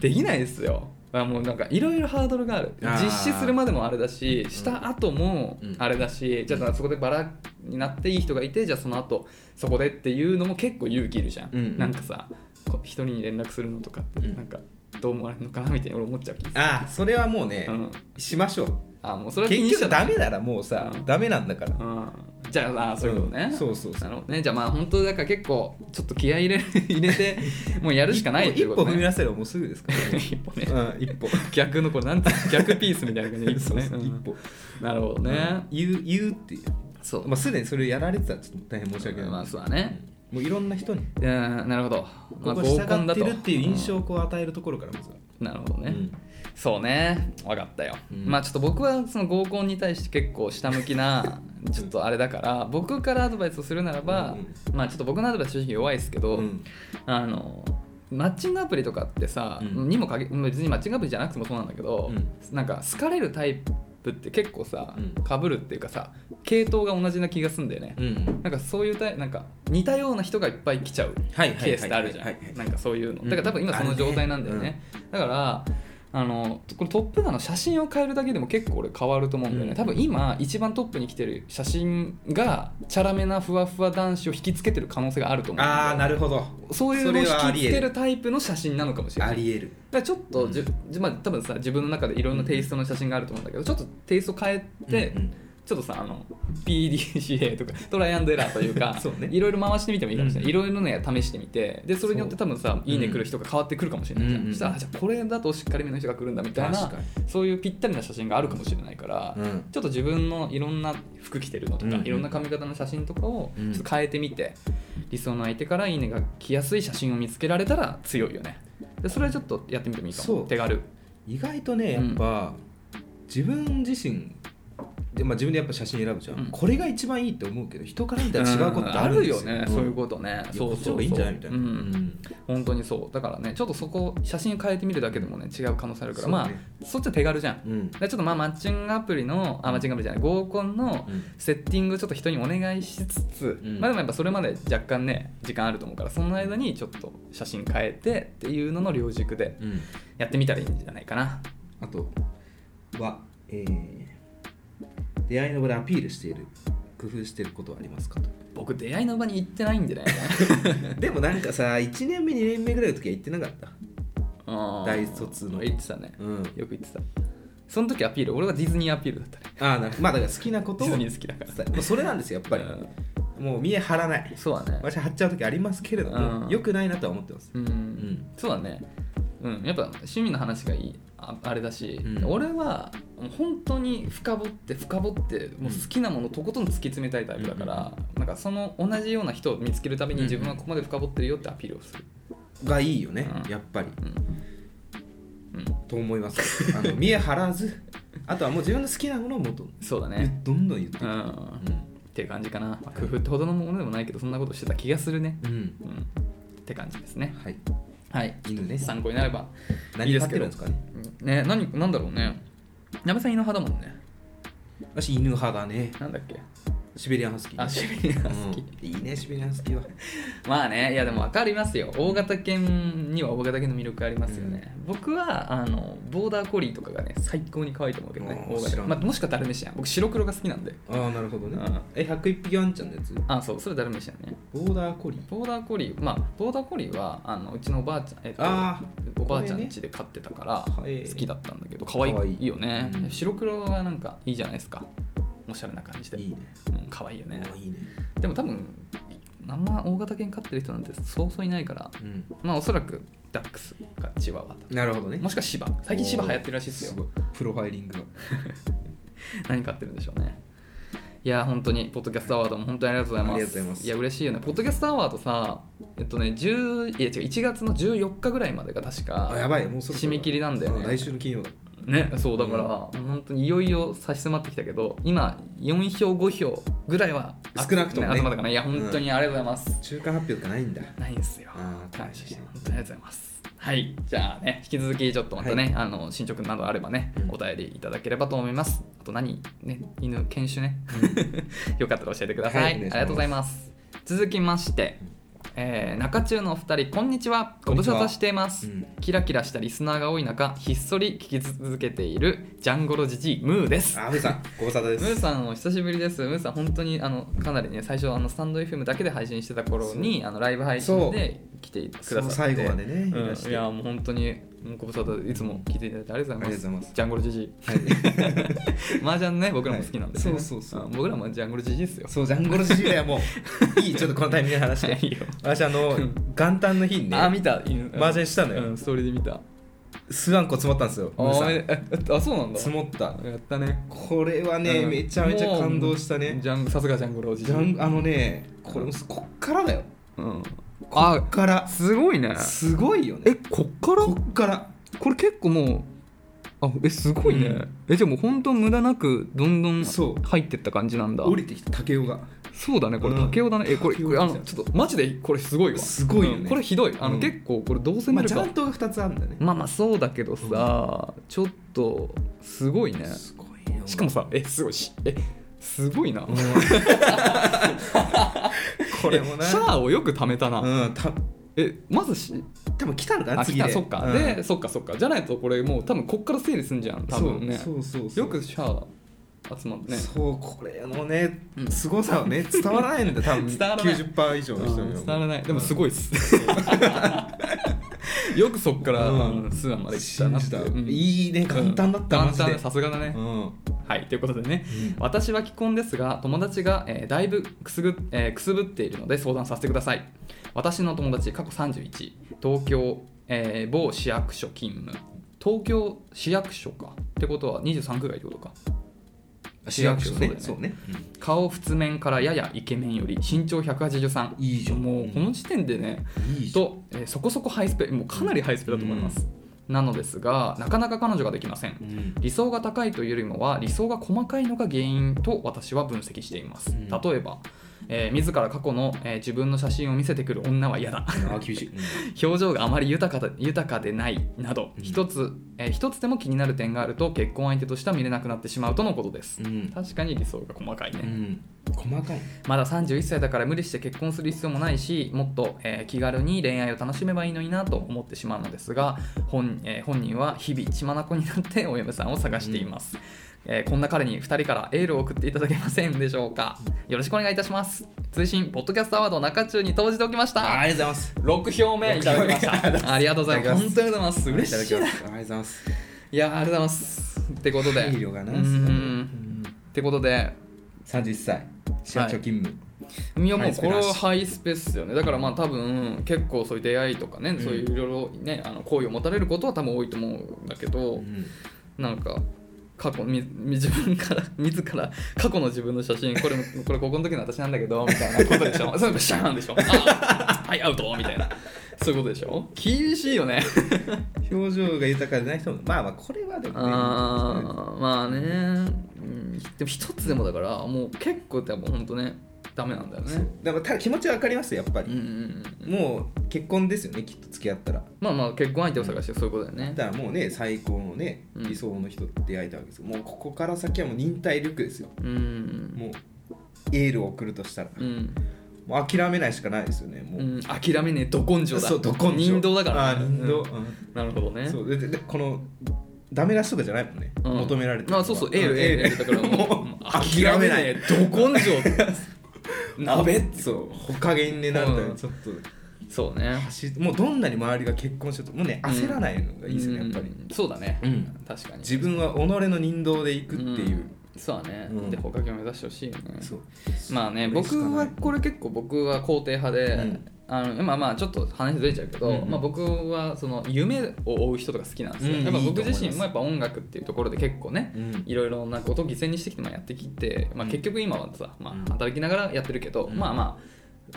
S2: できないですよあもうなんかいろいろハードルがある
S1: あー
S2: 実施するまでもあれだしした後も
S1: うん
S2: あれだし、じゃあそこでバラになっていい人がいてじゃあその後そこでっていうのも結構勇気いるじゃん、
S1: うん
S2: なんかさこう一人に連絡するのとか、
S1: うん
S2: なんかどう思われるのかなみたいに俺思っちゃう気がする
S1: ああそれはもうね、
S2: うん
S1: しましょう
S2: あもうそれは気に
S1: 結
S2: しちゃ
S1: 局ダ
S2: ダメ
S1: メならもうさ、
S2: うん
S1: ダメなんだから、
S2: うんじゃああーそういうことね、
S1: んそうそうそ
S2: な
S1: う
S2: るほどね、じゃあまあ本当だから結構ちょっと気合い入れ入れ
S1: (laughs)
S2: てもうやるしかないってい
S1: 一
S2: う
S1: 歩
S2: こ
S1: 一
S2: と
S1: 歩踏み
S2: ね
S1: 出せばもうすぐですか
S2: (laughs)
S1: ら、
S2: 一歩ね
S1: うん一歩
S2: 逆のこれなんて逆ピースみたいな感じで一
S1: そ
S2: 歩ね
S1: う (laughs) そう
S2: うん
S1: 一歩
S2: なるほどね、
S1: 言う言うっていう、
S2: そう
S1: まあ、すでにそれをやられてたらちょっと大変申し訳ない、
S2: まあそうだね
S1: もういろんな人に
S2: うんなるほど、まあ、
S1: ここ
S2: 合
S1: 従
S2: コンだ
S1: って
S2: と
S1: るっていう印象をこう与えるところからまずは、
S2: うんなるほどね、
S1: うん
S2: そうね分かったよ、
S1: うん
S2: まあちょっと僕はその合コンに対して結構下向き
S1: (laughs)
S2: なちょっとあれだから僕からアドバイスをするならば、まあちょっと僕のアドバイス正直弱いですけど、
S1: うん
S2: あのマッチングアプリとかってさ、
S1: うん
S2: にもかげ別にマッチングアプリじゃなくてもそうなんだけど、
S1: うん
S2: なんか好かれるタイプって結構さ
S1: うん
S2: かぶ、被るっていうかさ系統が同じな気がすんだよね、
S1: うん
S2: なんかそういうタイなんか似たような人がいっぱい来ちゃう
S1: はいはいはい
S2: ケースってあるじゃ
S1: はいはい
S2: んなんかそういうのだから多分今その状態なんだよね、だからあのこれトップガンの写真を変えるだけでも結構俺変わると思うんだよね、
S1: うん
S2: 多分今一番トップに来てる写真がチャラめなふわふわ男子を引きつけてる可能性があると思うんだよ
S1: ああなるほど
S2: そういうのを
S1: そ
S2: 引
S1: れはあ
S2: き
S1: り
S2: つ
S1: 得る
S2: けるタイプの写真なのかもしれな
S1: あ
S2: い。だ
S1: りえる
S2: からちょっとじゅ、じゅまあ、多分さ自分の中でいろんなテイストの写真があると思うんだけどちょっとテイスト変えて、
S1: うんうん
S2: ちょっとさあの PDCA とかトライアンドエラーという
S1: (laughs)
S2: か
S1: そうね
S2: いろいろ回してみてもいいかもしれない、
S1: うん
S2: いろいろね試してみてでそれによって多分さ「
S1: う
S2: いいね」来る人が変わってくるかもしれないじゃん、
S1: うんうん
S2: そしたらあじゃあこれだとしっかりめの人が来るんだみたいな
S1: 確かに
S2: そういうぴったりな写真があるかもしれないから、
S1: うん
S2: ちょっと自分のいろんな服着てるのとか、
S1: うんうん
S2: いろんな髪型の写真とかを
S1: うん
S2: ちょっと変えてみて、理想の相手から「いいね」が来やすい写真を見つけられたら強いよねでそれはちょっとやってみてもいいか
S1: そ
S2: も
S1: う
S2: 手軽
S1: 意外とねやっぱ、自分自身で、まあ、自分でやっぱ写真選ぶじゃん、
S2: うん
S1: これが一番いいって思うけど人から見たら違うことって
S2: あ
S1: あるん
S2: る
S1: で
S2: よ
S1: すよ
S2: ね、そういうことね
S1: いやこっちの方がいいんじゃないみたいな、
S2: うん
S1: うん
S2: 本当にそうだからねちょっとそこ写真変えてみるだけでもね違う可能性あるから、
S1: そう
S2: ま
S1: ね
S2: あそっちは手軽じゃんだか
S1: うん
S2: らちょっとまあマッチングアプリのあマッチングアプリじゃない合コンの
S1: うん
S2: セッティングちょっと人にお願いしつつ、
S1: うん
S2: まあでもやっぱそれまで若干ね時間あると思うからその間にちょっと写真変えてっていうのの両軸で
S1: うん
S2: やってみたらいいんじゃないかな
S1: あとは、えー出会いの場でアピールしている工夫していることはありま
S2: (laughs)
S1: すかと
S2: 僕出会いの場に行ってないんで
S1: (laughs)
S2: ね
S1: でもなんかさ1年目2年目ぐらいの時は言ってなかった
S2: 大
S1: 大卒の
S2: 行ってたね
S1: うん
S2: よく言ってたその時アピール俺はディズニーアピールだったね
S1: ああなるまあだから好きなこと
S2: デ
S1: を
S2: (laughs) ィズニ
S1: 伝
S2: ー好きだから
S1: えもうそれなんですよやっぱりもう見え張らない
S2: そうだね
S1: 私張っちゃう時ありますけれど
S2: う
S1: も
S2: ん
S1: 良くないなとは思ってます
S2: うん、
S1: ん
S2: そうだねうんやっぱ趣味の話がいいああれだし、
S1: うん
S2: 俺はもう本当に深掘って深掘ってもう好きなものとことん突き詰めたいタイプだから、なんかその同じような人を見つけるために自分はここまで深掘ってるよってアピールをする、
S1: がいいよね、
S2: うん
S1: やっぱり
S2: うん
S1: と思いますあの見え張らず
S2: (laughs)
S1: あとはもう自分の好きなものをもっと
S2: そうだね
S1: どんどん言っていく
S2: うん、っていう感じかな、まあ工夫ってほどのものでもないけどそんなことしてた気がするね
S1: うん、うん、
S2: うんって感じですね
S1: はい
S2: はい
S1: 犬ね
S2: 参考になればいい
S1: 何
S2: で
S1: 飼
S2: す
S1: っ
S2: けど
S1: てるんですかね
S2: ね何なんだろうねなべさん犬派だもんね
S1: 私犬派だね
S2: なんだっけ
S1: シベリアンハスキー
S2: あシベリアン好き、
S1: うんいいねシベリアンハスキーは
S2: まあねいやでも分かりますよ大型犬には大型犬の魅力ありますよね、僕はあのボーダーコリーとかがね最高に可愛いと思うけどね
S1: うん
S2: 大
S1: 知
S2: 型犬、
S1: らん
S2: まあ、もしくはダルメシアン僕白黒が好きなんで
S1: ああなるほどね
S2: うん
S1: え101匹ワンちゃんのやつ
S2: あそうそれダルメシアンね
S1: ボーダーコリー
S2: ボーダーコリーまあボーダーコリーはあのうちのおばあちゃん、えっと、
S1: あ
S2: おばあちゃ
S1: これ
S2: ん
S1: ね
S2: 家で飼ってたから
S1: はい
S2: 好きだったんだけど可愛い
S1: 可愛い
S2: いよね、
S1: うん
S2: 白黒はなんかいいじゃないですかおしゃれな感じで
S1: いいね
S2: うん、可愛いよね
S1: あいいね
S2: でも多分あんま大型犬飼ってる人なんてそうそういないから
S1: うん
S2: まあおそらくダックスかチワワとか
S1: なるほどね
S2: もしくは芝最近芝流行ってるらしいです
S1: す
S2: よ
S1: ごいプロファイリングが
S2: 何飼ってるんでしょうねいや本当にポッドキャストアワードも本当にありがとうございます
S1: ありがとうございます
S2: や嬉しいよねポッドキャストアワードさえっとね10いや違う1月の14日ぐらいまでが確か
S1: あやばいもうそろそろ
S2: 締め切りなんだよね
S1: あ来週の金曜だ
S2: ねそうだから、本当にいよいよ差し迫ってきたけど今4票5票ぐらいは
S1: 少なくともね
S2: 集まったかないや本当にありがとうございます、
S1: 中間発表がないんだ
S2: ないんですよ
S1: あー
S2: 感謝して本当にありがとうございますはいじゃあね引き続きちょっとまたね、あの進捗などあればね、
S1: うん
S2: お便りいただければと思いますあと何ね犬犬種ね、 (laughs) よかったら教えてください、
S1: はいお
S2: あり
S1: 願いします
S2: がとうございます続きまして、えー中中のお二人こんにちはご
S1: ん
S2: 無
S1: にち
S2: 沙
S1: は
S2: 汰しています、
S1: うん
S2: キラキラしたリスナーが多い中ひっそり聞き続けているジャンゴロジジイムーです
S1: あむさんご無沙汰で
S2: ムー
S1: す
S2: さんお久しぶりですムーさん本当にあのかなりね最初あのスタンド FM だけで配信してた頃にあのライブ配信で来てくださ
S1: そ
S2: って
S1: の最後までねいらして
S2: うんいやもう本当にもうご無沙汰でいつも聞いていただいてありがとうございます
S1: ありがとうございます
S2: ジャンゴルジジ
S1: はい
S2: イ麻雀ね僕らも好きなんで、ね
S1: はいそうそうそう
S2: あ僕らもジャンゴルジジイですよ
S1: そうジャンゴロジジイはもういいちょっとこのタイミングで話
S2: (laughs)
S1: して
S2: いいよ
S1: 私あの元旦の日にね
S2: あ見た犬
S1: 麻雀したのよ
S2: うんストーリーで見た
S1: スワンコ積もったんですよ
S2: あ
S1: ムーさん
S2: ああそうなんだ
S1: 積もった
S2: やったね
S1: これはね、
S2: うん
S1: めちゃめちゃ感動した
S2: もう
S1: ね
S2: ジャンさすがジャンゴルジ
S1: ジ
S2: ジイ
S1: ャンあのねこれもすこっからだよ
S2: うん
S1: こ
S2: あ
S1: っから
S2: すごいね
S1: すごいよ
S2: え
S1: ね
S2: こっから
S1: こっから
S2: これ結構もうあえすごいね、
S1: うん
S2: えじゃあもう本当無駄なくどんどん
S1: そう
S2: 入ってった感じなんだ
S1: 降りてきた竹雄が
S2: そうだねこれ
S1: うん
S2: 竹雄だね、えこれ
S1: 竹雄
S2: あ
S1: じ
S2: の
S1: ゃん
S2: ちょっとマジでこれすごいわ
S1: すごいよね
S2: うんこれひどいあの、
S1: うん
S2: 結構これどう攻
S1: ま
S2: め
S1: あ
S2: る
S1: ジ
S2: か、
S1: ャントが2つあるんだね
S2: まあまあそうだけどさ、ちょっとすごいね
S1: すごいよ
S2: しかもさえすごいしえすごいな、
S1: うん (laughs) これもな
S2: えシャアをよく貯めたな、
S1: うんた
S2: えまずし
S1: 多分来たのかな
S2: あ
S1: 次
S2: 来
S1: で
S2: たそっか、
S1: うん
S2: でそっかそっかじゃないとこれもう多分こっから整理すんじゃん多分ね
S1: そうそうそうそう
S2: よくシャア集まってね
S1: そうこれのね
S2: うん
S1: 凄さをね
S2: (laughs)
S1: 伝わらないんだ多分
S2: 伝わらない
S1: 90%以上の人には
S2: 伝わらないでもす
S1: い
S2: ごいっすよくそっから、
S1: うん
S2: うんスーアンまで来た
S1: 信
S2: なっ
S1: じ
S2: て
S1: た
S2: うん
S1: いいね簡単だった
S2: うん
S1: マジ
S2: 簡単
S1: で
S2: さすがだね、
S1: うん
S2: はいということでね私は既婚ですが友達が、えーだいぶくすぐ,、えーくすぶっているので相談させてください私の友達過去31東京、えー某市役所勤務東京市役所かってことは23区外ってことか
S1: 市役所
S2: 市役所だよ
S1: ね
S2: ね
S1: そうね
S2: 顔仏面からややイケメンより身長183
S1: いいじゃん
S2: もうこの時点でね、
S1: いいじゃん
S2: と、えーそこそこハイスペもうかなりハイスペだと思います、なのですがなかなか彼女ができません
S1: うん
S2: 理想が高いというよりもは理想が細かいのが原因と私は分析しています
S1: うん
S2: 例えば、えー自ら過去の、えー自分の写真を見せてくる女は嫌だ
S1: ああ厳しい、うん
S2: (laughs) 表情があまり豊かだ豊かでないなど
S1: うん
S2: 一つ、えー一つでも気になる点があると結婚相手としては見れなくなってしまうとのことです
S1: うん
S2: 確かに理想が細かいね、
S1: うん、細かい
S2: まだ31歳だから無理して結婚する必要もないしもっと、えー気軽に恋愛を楽しめばいいのになと思ってしまうのですが本,、えー本人は日々血眼になってお嫁さんを探しています、えーこんな彼に2人からエールを送っていただけませんでしょうかよろしくお願いいたします通信ポッドキャストアワード中中に投じておきまし
S1: あー
S2: た
S1: ありがとうございます
S2: 6票目いただきましたありがとうございます本当にありがとうございます嬉しい
S1: ただ
S2: な
S1: きますありがとうございます
S2: いやーありがとうございますってことで
S1: 配慮がな
S2: うーんってことで
S1: 31歳市役所勤務、
S2: いやも
S1: ハ
S2: う
S1: イス
S2: こ
S1: ペ
S2: れ
S1: なし
S2: はハイスペですよねだからまあ多分結構そういう出会いとかね、
S1: ん
S2: そういういろいろねあの好意を持たれることは多分多いと思うんだけど、
S1: うん
S2: なんか過去みみ自分から (laughs) 自ら過去の自分の写真これこれ高校の時の私なんだけどみたいなことでしょそういうのシャーンでしょあはいアウトみたいなそういうことでしょ厳しいよね
S1: 表情が豊かでない人もまあまあこれはでもね
S2: あーまあね、うん、でも一つでもだからもう結構多分本当ねダメなんだよね
S1: だからただ気持ちは分かりますよやっぱ
S2: うん
S1: り、
S2: うんうん
S1: もう結婚ですよねきっと付き合ったら
S2: まあまあ結婚相手を探してそういうことだよね。
S1: だからもうね最高のね
S2: うん
S1: 理想の人と出会えたわけですよ、もうここから先はもう忍耐力ですよ
S2: うん。
S1: もうエールを送るとしたら、
S2: うん。
S1: もう諦めないしかないですよねもう、
S2: うん。諦めねえ、ど根性だ。
S1: そうど根性
S2: 人道だから、
S1: あー人道、
S2: うんなるほどね。
S1: そうでででこのダメ出しとかじゃないもんね、
S2: うん
S1: 求められてるの
S2: ま
S1: は
S2: あそうそう、エール、エール、エール。だからもう、諦
S1: 諦
S2: め
S1: め
S2: な
S1: ないい、
S2: ど
S1: (laughs)
S2: 根性。鍋って。
S1: そうほかげんでなみたいな、
S2: うん
S1: ちょっと
S2: そうね。
S1: 走ってもうどんなに周りが結婚しようともうね焦らないのがいいですよね、やっぱり、
S2: うん。そうだね。
S1: うん
S2: 確かに。
S1: 自分は己の人道で行くっていう、
S2: んそうだね。
S1: うん
S2: で、捕獲を目指してほしいよね。
S1: そう
S2: まあね
S1: これしか
S2: 僕
S1: ない
S2: はこれ結構僕は肯定派で、
S1: うん
S2: あのまあまあちょっと話ずれちゃうけど、
S1: うんうん
S2: まあ、僕はその夢を追う人とか好きなんですよ、
S1: うん
S2: やっぱ
S1: いいと
S2: 僕
S1: 思います
S2: 自身もやっぱ音楽っていうところで結構ね
S1: うん
S2: いろいろなことを犠牲にしてきてまあやってきて、まあ、
S1: うん
S2: 結局今はさ、ま
S1: うん
S2: あ、働きながらやってるけど、
S1: うん
S2: まあまあ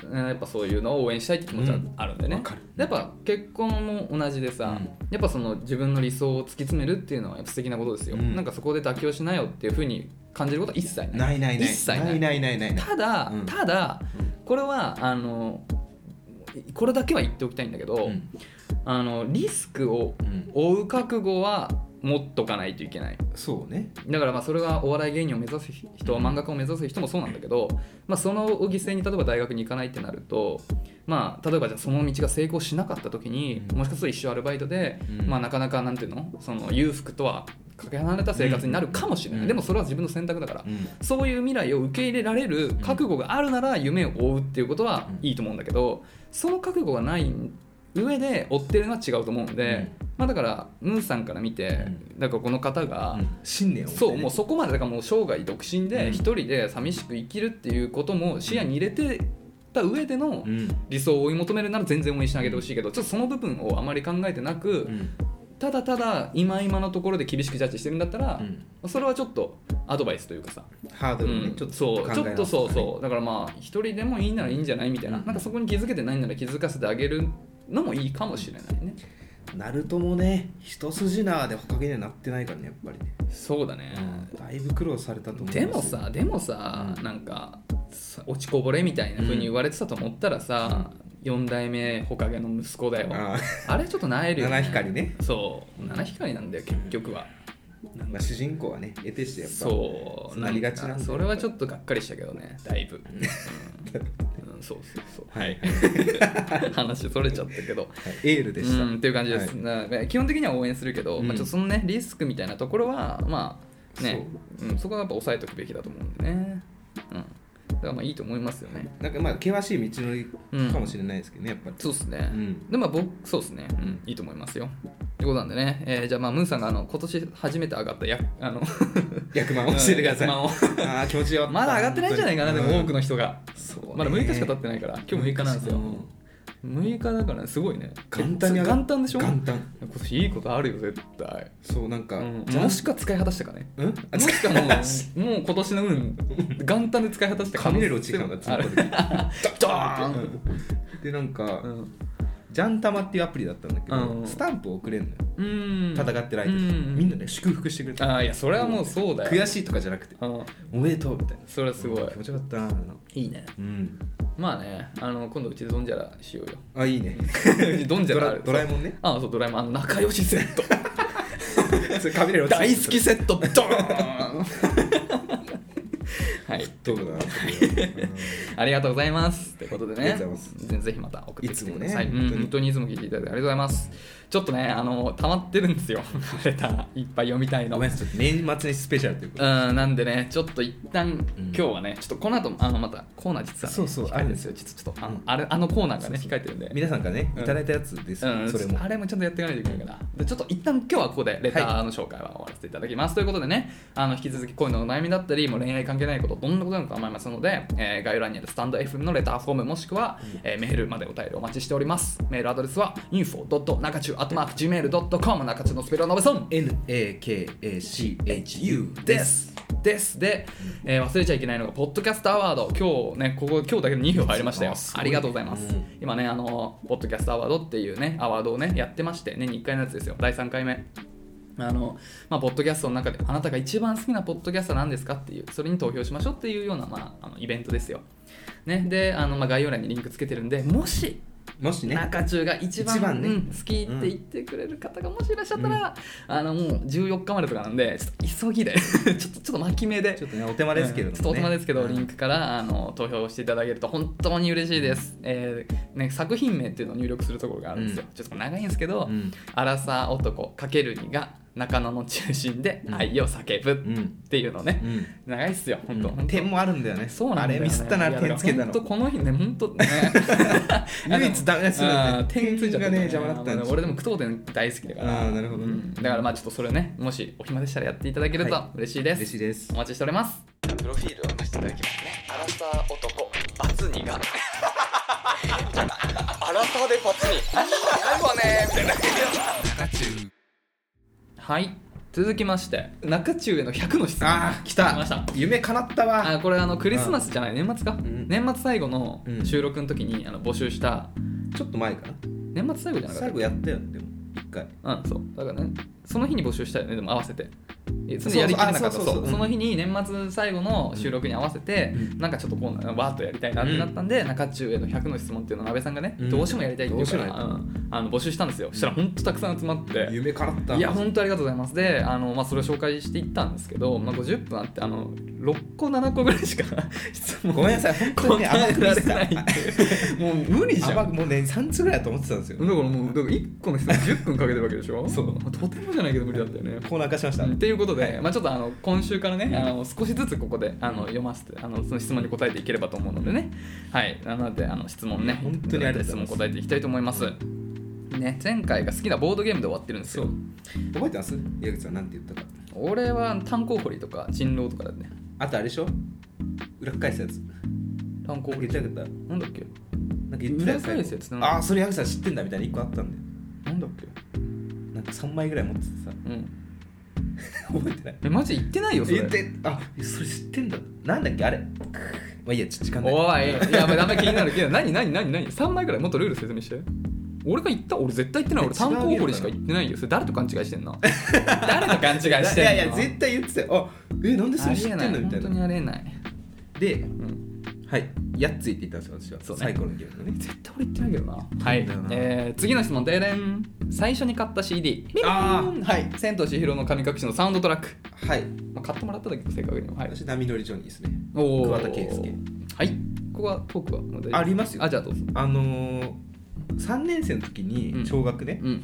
S2: うんやっぱそういうのを応援したいって気持ちは
S1: うん
S2: あるんでね、
S1: わかる
S2: やっぱ結婚も同じでさ、
S1: うん
S2: やっぱその自分の理想を突き詰めるっていうのはやっぱ素敵なことですよ、
S1: うん
S2: なんかそこで妥協しなよっていうふうに感じることは一切ない
S1: ないないな
S2: 一
S1: い
S2: 切ない
S1: ないないないない
S2: ただ、
S1: うん
S2: ただ
S1: うん
S2: これはあのこれだけは言っておきたいんだけど、
S1: うん
S2: あのリスクを
S1: うん
S2: 負う覚悟は持っとかないといけない
S1: そうね
S2: だからまあそれはお笑い芸人を目指す人漫画家を目指す人もそうなんだけど、まあ、そのを犠牲に例えば大学に行かないってなると、まあ、例えばじゃあその道が成功しなかった時に
S1: うん
S2: もしかすると一生アルバイトで、
S1: うん
S2: まあ、なかなかなんていうのその裕福とはかけ離れた生活になるかもしれない、
S1: うん
S2: でもそれは自分の選択だから
S1: う、ん
S2: そういう未来を受け入れられる覚悟があるなら夢を追うっていうことは
S1: うん
S2: いいと思うんだけど、その覚悟がない上で追ってるのは違うと思うんで、まあだからムーさんから見て、なんかこの方が、
S1: 信念を持ってね
S2: そうもうそこまでだからもう生涯独身
S1: う
S2: で
S1: ん
S2: 一人で寂しく生きるっていうことも視野に入れてた上での
S1: うん
S2: 理想を追い求めるなら全然応援してあげてほしいけどちょっとその部分をあまり考えてなく
S1: うん
S2: ただただ今今のところで厳しくジャッジしてるんだったら
S1: う、ん
S2: それはちょっとアドバイスというかさ
S1: ハードルをね、ちょっと
S2: そうちょっとそう
S1: う
S2: そうだからまあ一人でもいいならいいんじゃないみたいな,、
S1: うん
S2: なんかそこに気づけてないなら気づかせてあげるのもいいかもしれないね
S1: ナルトもね一筋縄でほかげにはなってないからねやっぱりね、
S2: そうだね、
S1: うん、だいぶ苦労されたと思います
S2: でもさでもさ、
S1: うん
S2: なんかさ落ちこぼれみたいな風に言われてたと思ったらさ、四4代目ほかげの息子だよあ
S1: あ
S2: れちょっとなえるよ、ね、
S1: 七光ね
S2: そう七光なんだよ結局は
S1: あ、まあ、主人公はね得てしてやっぱ
S2: そう
S1: なりがちなんだ
S2: ん
S1: よ
S2: かそれはちょっとがっかりしたけどねだいぶ、うんうんそうそうそう
S1: はい
S2: 話それちゃったけど
S1: エール (laughs) でした、
S2: うん、っていう感じです、
S1: は
S2: だ
S1: い
S2: から基本的には応援するけど、
S1: うん
S2: まあ、ちょっとそのねリスクみたいなところはまあねそ,、うん、そこはやっぱ抑えておくべきだと思うんでね、うん、だからまあいいと思いますよね
S1: なんかまあ険しい道のりかもしれないですけどね、やっぱり
S2: そうですね、
S1: うん
S2: でまあ僕そうですね、うん、いいと思いますよってことなんでね、えーじゃあまあムーさんがあの今年初めて上がったやあ
S1: (laughs)
S2: の
S1: 役満を教えてください、
S2: うん役
S1: (laughs) ああ気持ちよかった
S2: まだ上がってないんじゃないかなでも多く
S1: の
S2: の人が、
S1: そうね
S2: まだ6日しか経ってないから今日6日なんですよ
S1: うん
S2: 6日だからねすごいね
S1: 元旦に上が
S2: 元旦でしょ
S1: 元旦
S2: 今年いいことあるよ絶対
S1: そうなんか、
S2: うん
S1: じゃあ
S2: もしか使い果たしたかね
S1: うん
S2: もしかもうもう今年の運元旦で使い
S1: (laughs)
S2: 果たした
S1: 雷落ちてたんだ
S2: ある
S1: ツイッターで
S2: ドーン
S1: でなんか、
S2: うん
S1: ジャンタマっていうアプリだったんだけど、
S2: うん
S1: スタンプを送れんのよ
S2: うん
S1: 戦ってない時、
S2: うん
S1: みんなね祝福してくれた
S2: ああいやそれはもうそうだよ
S1: 悔しいとかじゃなくて
S2: うん
S1: おめでとうみたいな
S2: それはすごい
S1: 気持ちよかったなあの
S2: いいね
S1: うん
S2: まあねあの今度うちでドンジャラしよう
S1: (laughs)
S2: よ
S1: あいいね
S2: うちドンジャ
S1: ド
S2: ラあ
S1: ラ
S2: る
S1: ドラえも
S2: (laughs)
S1: んね
S2: ああそうドラえもんあの仲良しセ
S1: (laughs)
S2: ット
S1: それカメラに落
S2: 大好
S1: ちて
S2: き
S1: る
S2: セットドーン (laughs) はい
S1: どうだな
S2: ありがとうございます。ということでね、
S1: ありがとうござい
S2: ぜぜひまた送ってきてください。
S1: いつもね
S2: うん
S1: 本
S2: 本当
S1: 当に
S2: にいつも聞いていただいてありがとうございます。ちょっとね、あの、溜まってるんですよ。 (laughs) レターいっぱい読みたいの。
S1: ごめんなさい年末にスペシャルということで
S2: うん、なんでね、ちょっと一旦、
S1: うん
S2: 今日はね、ちょっとこの後もあのまたコーナー実は、ね、
S1: そうそう
S2: 控えてるんですよ。ちょっとちょっとあのあれあのコーナーがね、控えてるんで。
S1: 皆さんからね
S2: うん
S1: いただいたやつですよ、
S2: うん、
S1: それも
S2: あれもちゃんとやっていかないといけないからでちょっと一旦今日はここでレターの紹介は終わらせていただきます、ということでねあの引き続き恋のお悩みだったりもう恋愛関係ないことどんなことなのか構いませんので、えー概要欄にあるスタンド FM のレターフォームもしくは、えーメールまでお便りお待ちしておりますメールアドレスは info.nakachu.gmail.com 中中のスペルを述べそん
S1: NAKACHU
S2: で
S1: です
S2: すですで、えー忘れちゃいけないのがポッドキャストアワード今日ねここ今日だけで2票入りましたよ
S1: あすごい
S2: ありがとうございます、
S1: うん
S2: 今ねあのポッドキャストアワードっていうねアワードをねやってまして年に1回のやつですよ第3回目あのまあ、ポッドキャストの中であなたが一番好きなポッドキャストは何ですかっていうそれに投票しましょうっていうような、まあ、あのイベントですよ、ね、であの、まあ、概要欄にリンクつけてるんでもし
S1: もしね
S2: 中中が一番
S1: 一番ね
S2: うん好きって言ってくれる方がもしいらっしゃったら、あのもう14日までとかなんでちょっと急ぎで (laughs) ちょっとちょっと巻き目で
S1: ちょっとねお手間ですけれども、ね
S2: ちょっと大人ですけど、リン
S1: ク
S2: クからあの投票していただけると本当に嬉しいです、えーね、作品名っていうのを入力するところがあるんですよ、
S1: う
S2: ちょっと長いんですけど
S1: うん
S2: 「アラサー男×2」が中野の中心で愛を叫ぶ
S1: う
S2: っ
S1: ん
S2: ていうのね、
S1: うん
S2: 長いっすよ本当、
S1: うん
S2: 本当
S1: 点もあるんだよね
S2: そうなんだよ
S1: あれミスったな点つけたの
S2: 本当この日ね本当ね
S1: (laughs) 唯一ダメなやつなんだよね
S2: あー点ついちゃった
S1: 点がね邪魔だったんで
S2: 俺でも句読点大好きだから
S1: あーなるほどね
S2: うんだからまあちょっとそれねもしお暇でしたらやっていただけると
S1: は
S2: 嬉しいです、
S1: 嬉しいです
S2: お待ちしておりますプロフィールを出していただきますねアラサー男バツニがアラサーでバツニないわねみたいなはい続きまして中中への100の質問
S1: ああ来
S2: 来ました
S1: た夢叶ったわ
S2: あこれあのクリスマスじゃない年末か、
S1: ん
S2: 年末最後の
S1: うん
S2: 収録の時にあの募集した
S1: ちょっと前かな
S2: 年末最後じゃなかった
S1: 最後やったよねでも一回
S2: うんそうだからねその日に募集したよねでも合わせてえそれ
S1: そうそう
S2: やりきれなかった
S1: あそう
S2: そ
S1: そううそううん
S2: その日に年末最後の収録に合わせて、
S1: うん
S2: なんかちょっとこうわーっとやりたいなってなったんで、中中への100の質問っていうのを安倍さんがね、
S1: うん
S2: どうしてもやりたいっていうか
S1: どうして
S2: ら、うんあの募集したんですよそしたら本当たくさん集まって、
S1: 夢叶った
S2: いや本当ありがとうございますであの、まあ、それを紹介していったんですけど、まあ、50分あってあの6個7個ぐらいしか (laughs) 質問
S1: ごめんなさい本当にね
S2: 答
S1: 甘
S2: え
S1: く
S2: ら
S1: 見
S2: れ
S1: せた
S2: ないってもう無理じゃん
S1: 甘くもうね3つぐらいだと思ってたんですよ
S2: だからもうだから1個の質問10分かけてるわけでしょそうとてもじゃないけど無理だったよね
S1: コーナー化しました
S2: っていうことで、まあ、ちょっとあの今週からねあの少しずつここであの読ませてあのその質問に答えていければと思うのでねはいなのであの質問ね
S1: 本当にありがとうございます
S2: 質問答えていきたいと思います、ね、前回が好きなボードゲームで終わってるんですよ
S1: 覚えてます矢口さんなんて言ったか
S2: 俺は炭鉱掘りとか人狼とかだね
S1: あとあれでしょ裏返すやつ
S2: 炭鉱掘
S1: 言
S2: り
S1: ってなかった
S2: なんだっけ
S1: なんか言ってたよ
S2: 裏返すやつなんだ
S1: ああそれ矢口さん知ってんだみたいな1個あったんだよ
S2: なんだっけ
S1: なんか3枚ぐらい持っててさ (laughs)
S2: うん
S1: 覚えてない
S2: えマジ言ってないよそれ
S1: 言ってあそれ知ってんだなんだっけあれまあいいやちょっと時間ない
S2: おいやばい名前気になるけど何何何何3枚ぐらいもっとルール説明して俺が言った俺絶対言ってない俺
S1: え
S2: 炭鉱掘りしか言ってないよそれ誰と勘違いしてんの (laughs) 誰と勘違いしてんの
S1: いやいや絶対言ってたよあえなんでそ
S2: あ
S1: れ
S2: り
S1: 知っ
S2: え
S1: てん
S2: ない
S1: のみた
S2: 本
S1: い
S2: 当
S1: な
S2: にありえない、
S1: で
S2: うん、
S1: はいやっついていったんですよ私
S2: そ
S1: は、
S2: うね
S1: 最後のゲームのね
S2: 絶対俺言ってないけどなはい
S1: だよな
S2: えー次の質問でれん最初に買った CD
S1: あー
S2: はい「千と千尋の神隠し」のサウンドトラック、
S1: はい
S2: まあ、買ってもらったんだけど正確にははい
S1: 私波乗りジョニーですね
S2: おー
S1: 桑田佳祐
S2: はいここはトークはもう大丈夫
S1: ありますよ
S2: あじゃあどうぞ
S1: あのー、3年生の時
S2: うん
S1: に小学ね、
S2: うん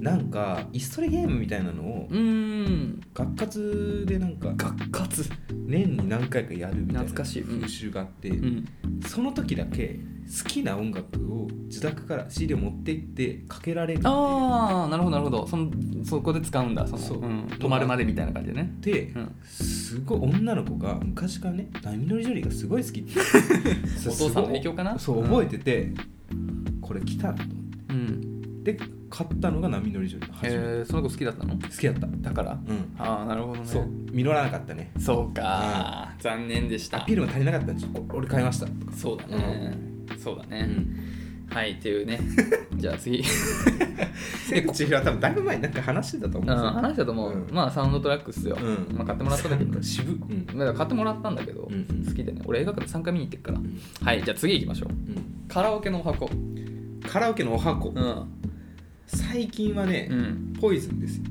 S1: なんか椅子取りゲームみたいなのを
S2: うーん
S1: 学活でなんか
S2: 学活
S1: 年に何回かやるみたいな
S2: 懐かしいうん
S1: 風習があって、
S2: うん
S1: その時だけ好きな音楽を自宅から CD を持って行ってかけられるっていう
S2: ああなるほどなるほどそのそこで使うんだその、
S1: そうん
S2: 止まるまでみたいな感じでね
S1: で
S2: うん
S1: すごい女の子が昔からね波乗りジョリーがすごい好きって
S2: (laughs) お父さんの影響かな
S1: そう覚えてて、これ来たなと思っ
S2: うん
S1: てで買ったのが波乗りジョリーの
S2: え
S1: 初めて、
S2: ーその子好きだったの
S1: 好きだった
S2: だから
S1: うん
S2: ああなるほどね
S1: そう実らなかったね
S2: そうか残念でし
S1: ア
S2: た
S1: ピールも足りなかったんでちょっとこれ俺買いました
S2: そうだねそうだねはいっていう (laughs) ねじゃあ次
S1: 千と千尋は多分だいぶ前になんか話してたと思
S2: うん
S1: うんで
S2: 話したと思う、
S1: うん
S2: まあサウンドトラックっすよ、
S1: うん
S2: まあ、買ってもらったんだけど渋
S1: ん
S2: だから買ってもらったんだけど、
S1: うんうん
S2: 好きでね俺映画館で3回見に行ってるから、
S1: ん
S2: はいじゃあ次行きましょう
S1: すよ、うん
S2: カラオケのお箱
S1: カラオケのお箱、
S2: うん、
S1: 最近はね、
S2: うん、
S1: ポイズンですよ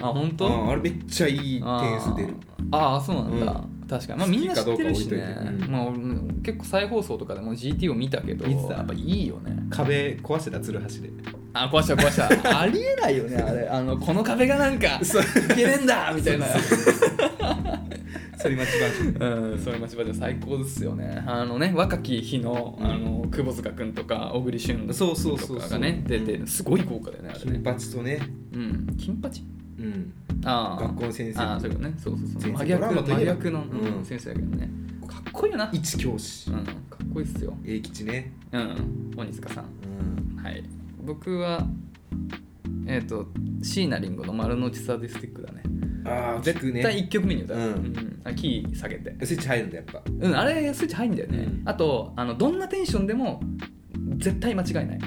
S2: あ本当、
S1: ああれめっちゃいい点数出る
S2: あーあーそうなんだ、確かにまあ
S1: 好き
S2: みんな知ってるしね
S1: かどうか置いといてうん
S2: まあ、俺も結構再放送とかでも GT を見たけど
S1: 見てた
S2: やっぱいいよね
S1: 壁壊してたツルハシで
S2: あ壊した壊した (laughs) ありえないよねあれあのこの壁がなんかいけねえんだみたいな
S1: 反町バージョ
S2: (laughs)
S1: ン
S2: うん、そういう町場で最高ですよね。あのね、若き日の、あの久保塚君とか小栗旬
S1: そうそうそ
S2: と
S1: う
S2: か
S1: そ
S2: が
S1: う
S2: ね出てすごい豪華だよねあれ
S1: 金
S2: ね。
S1: 髪とね、
S2: うん、金八？
S1: うん、
S2: ああ。
S1: 学校の先
S2: ああ
S1: 生
S2: そういうことね。そうそうそう。
S1: 先生
S2: 真逆
S1: ドラマとい
S2: 真
S1: えば
S2: 逆の、
S1: うん
S2: 先生だけどね。かっこいいよな。
S1: 一教
S2: う
S1: 師
S2: ん、かっこいいっすよ。
S1: 栄吉ね、
S2: うん、鬼塚さん。
S1: うん、
S2: はい。僕はえっ、ー、と椎名林檎の丸の内サディスティックだね。
S1: ああ聞く
S2: 絶対
S1: ね
S2: 一曲目に歌う。
S1: うん
S2: うんあキー下げて。
S1: スイッチ入るんだやっぱ
S2: うん、あれスイッチ入るんだよね、
S1: うん
S2: あとあのどんなテンションでも絶対間違いない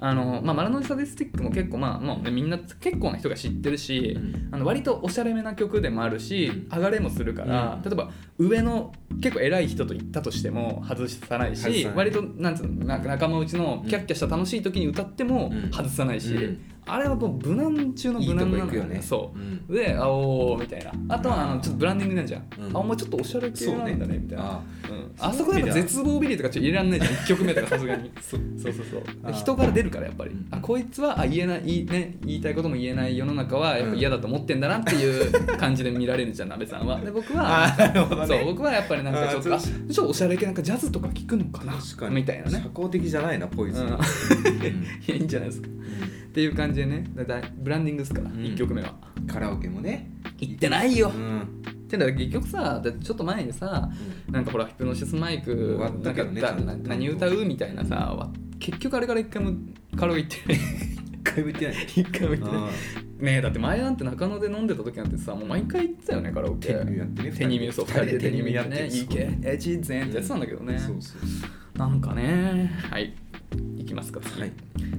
S2: あの、まあ、マラノイサディスティックも結構まあ、まあ、みんな結構な人が知ってるし、
S1: うん
S2: あの割とおしゃれめな曲でもあるし、
S1: うん
S2: 上がれもするから、
S1: うん
S2: 例えば上の結構偉い人と行ったとしても外さないし
S1: 外さない
S2: 割となんつうのなんか仲間内のキャッキャした楽しい時に歌っても
S1: うん
S2: 外さないし、
S1: うん
S2: あれはもう無難中の
S1: い
S2: 無
S1: い
S2: 難
S1: とこ
S2: な
S1: 行
S2: の
S1: くよね
S2: そう
S1: う、ん、
S2: で、あおーみたいな。あとはあ
S1: あー
S2: のちょっとブランディングなんじゃん。
S1: うん
S2: あ、お前ちょっとおしゃれ系なんだ
S1: そうね
S2: ねみたいな。
S1: あ
S2: うんあそこなんか絶望ビリとかちょっと入れらんない (laughs) じゃん、1曲目とかさすがに。そうそうそう
S1: あー
S2: 人から出るからやっぱり
S1: うん。
S2: あ、こいつはあ言えないいいね言いたいことも言えない世の中はやっぱ嫌だと思ってんだなっていう感じで見られるじゃん、鍋さんは。で、僕は。
S1: あなるほど
S2: そう
S1: ね
S2: 僕はやっぱりなんかちょっと
S1: あ
S2: あ
S1: ー
S2: ちょっとおしゃれ系なんかジャズとか聞くのかな
S1: 確かに
S2: みたいなね
S1: 社交的じゃないなポイズン、
S2: うん
S1: うん
S2: いやいいんじゃないですかっていう感じでねだだブランディングですから、
S1: ん
S2: 一1曲目は
S1: カラオケもね
S2: 行ってないよ、
S1: うん、
S2: てんだから結局さだってちょっと前にさなんかほらヒプノシスマイク
S1: 終わったけどね
S2: なんかだ
S1: ちゃんと
S2: 何歌うみたいなさわ結局あれから一回もカラオケ行ってない
S1: 一回も行ってない
S2: (laughs) 一回も行ってない
S1: うん
S2: ねえだって前なんて中野で飲んでた時なんてさもう毎回行ってたよねカラオケ
S1: (laughs) 手に身やってね
S2: 手に見るそう
S1: 二人
S2: 2人
S1: で
S2: で手
S1: 手
S2: に
S1: に
S2: 見
S1: 身
S2: る
S1: やって
S2: ねいけえちぜんってやってたんだけどね、
S1: そうそう
S2: なんかねはい行きますか次、
S1: はい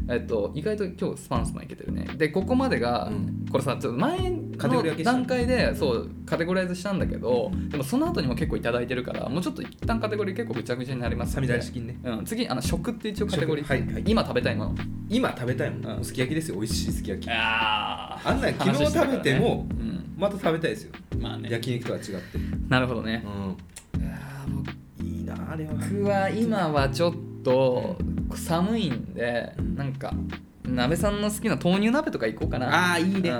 S2: えっと、意外と今日スパンスマンいけてるねでここまでが、
S1: うん
S2: これさちょっと前
S1: カテゴリ
S2: の
S1: ー分けした
S2: 段階でそうカテゴライズしたんだけど、でもその後にも結構頂いただいてるからもうちょっと一旦カテゴリー結構ぐちゃぐちゃになります
S1: サ
S2: ん
S1: ミ
S2: で
S1: ダイ式ね
S2: うん、次あの食って一応カテゴリー、
S1: 食はいはい
S2: 今食べたいもの
S1: 今食べたいもん、
S2: うん
S1: おすき焼きですよ美味しいすき焼き
S2: あ
S1: あんなん昨日食べても
S2: うん、
S1: また食べたいですよ
S2: まあね
S1: 焼肉とは違って
S2: なるほどね、
S1: ああもういいなあれは
S2: 僕は今はちょっと寒いんで
S1: うん
S2: なんか鍋さんの好きな豆乳鍋とか行こうかな
S1: ああいいね
S2: う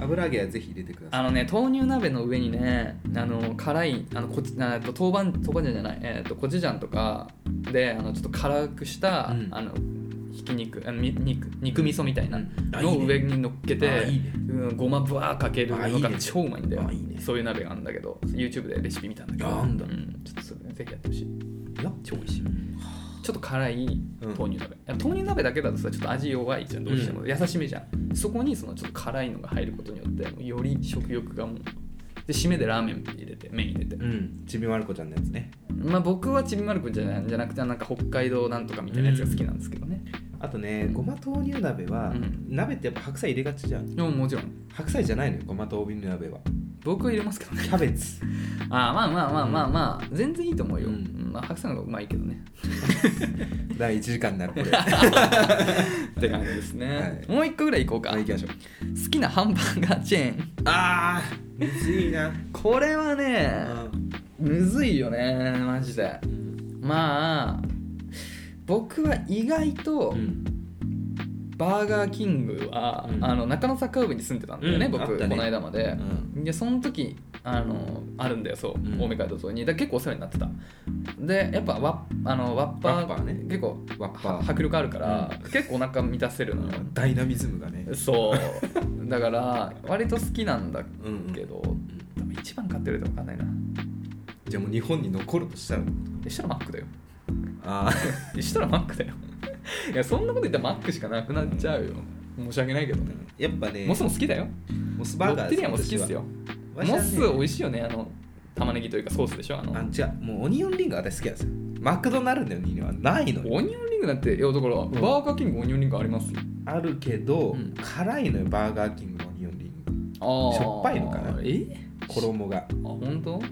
S2: ん
S1: 油揚げはぜひ入れてください
S2: あのね豆乳鍋の上にねあの辛いあのこちあえっと豆板豆板醤じゃないえっとコチュジャンとかであのちょっと辛くした、
S1: うん
S2: あのひき肉あみ肉肉味噌みたいな
S1: うんあ
S2: の
S1: いいね
S2: 上に乗っけて、
S1: あいいね
S2: うんごまぶわーかける
S1: あい
S2: の
S1: い
S2: が
S1: ね
S2: 超うまいんだよ
S1: あいいね
S2: そういう鍋があるんだけど YouTube でレシピ見たんだけど
S1: ああんだ
S2: うん、ちょっとそれぜひやってほしい
S1: いや
S2: 超美味しいちょっと辛い豆乳鍋、いや豆乳鍋だけだとさちょっと味弱いじゃんどうしても、優しめじゃんそこにそのちょっと辛いのが入ることによってもうより食欲がもうで締めでラーメン入れて麺入れて、
S1: うんちびまる子ちゃんのやつね
S2: まあ僕はちびまる子じゃなじゃなくてなんか北海道なんとかみたいなやつが好きなんですけどね、
S1: あとねごま豆乳鍋は、
S2: うん
S1: 鍋ってやっぱ白菜入れがちじゃん
S2: でももちろん
S1: 白菜じゃないのよごま豆乳
S2: (laughs)
S1: 鍋は
S2: 僕は入れますけどね
S1: キャベツ
S2: (laughs) ああまあまあまあまあまあ全然いいと思うよ、
S1: うん
S2: うんまあ、白菜の方がうまいけどね
S1: 第1時間になるこ
S2: (laughs)
S1: れ
S2: って感じですね、
S1: はい
S2: もう一個ぐらい行こうか、
S1: はい行きましょう
S2: 好きなハンバーガーチェーン
S1: あーむずいな
S2: これはね、
S1: う
S2: むずいよねマジで
S1: ん
S2: まあ僕は意外とバーガーキングは、
S1: うん
S2: あの中野坂上に住んでたんだよね、
S1: うんあ
S2: 僕
S1: ったね
S2: この間まで、
S1: う
S2: でその時あのあるんだよそう、
S1: ん
S2: 青梅街道沿いにだから結構お世話になってたでやっぱワッあのワッパー
S1: ワッパーね
S2: 結構
S1: ワッパー
S2: は迫力あるから、結構お腹満たせるのよ、
S1: ダイナミズムがね
S2: そう
S1: (laughs)
S2: だから割と好きなんだ
S1: うんうん
S2: けど、多分一番買ってると分かんないな
S1: じゃあもう日本に残るとしたら
S2: でしたらマックだよ
S1: ああ
S2: したらマックだよ (laughs) いやそんなこと言ったらマックしかなくなっちゃうよ申し訳ないけどね
S1: (laughs) やっぱね
S2: モスも好きだよ
S1: モス
S2: ロ
S1: バーガ
S2: ッ
S1: ー
S2: テリアも好きっすよ
S1: 私は
S2: モ
S1: 私
S2: ス
S1: はね
S2: 美味しいよねあの玉ねぎというかソースでしょあの
S1: あ違うもうオニオンリングは私好きなんですよマクドナルドにはないのよ
S2: オニオンリンググなんていうところは、バーガーキングオニオンリングありますよ
S1: あるけど、
S2: うん
S1: 辛いのよバーガーキングのオニオンリング
S2: あー
S1: しょっぱいのかな
S2: え
S1: 衣が
S2: あ本当、そっか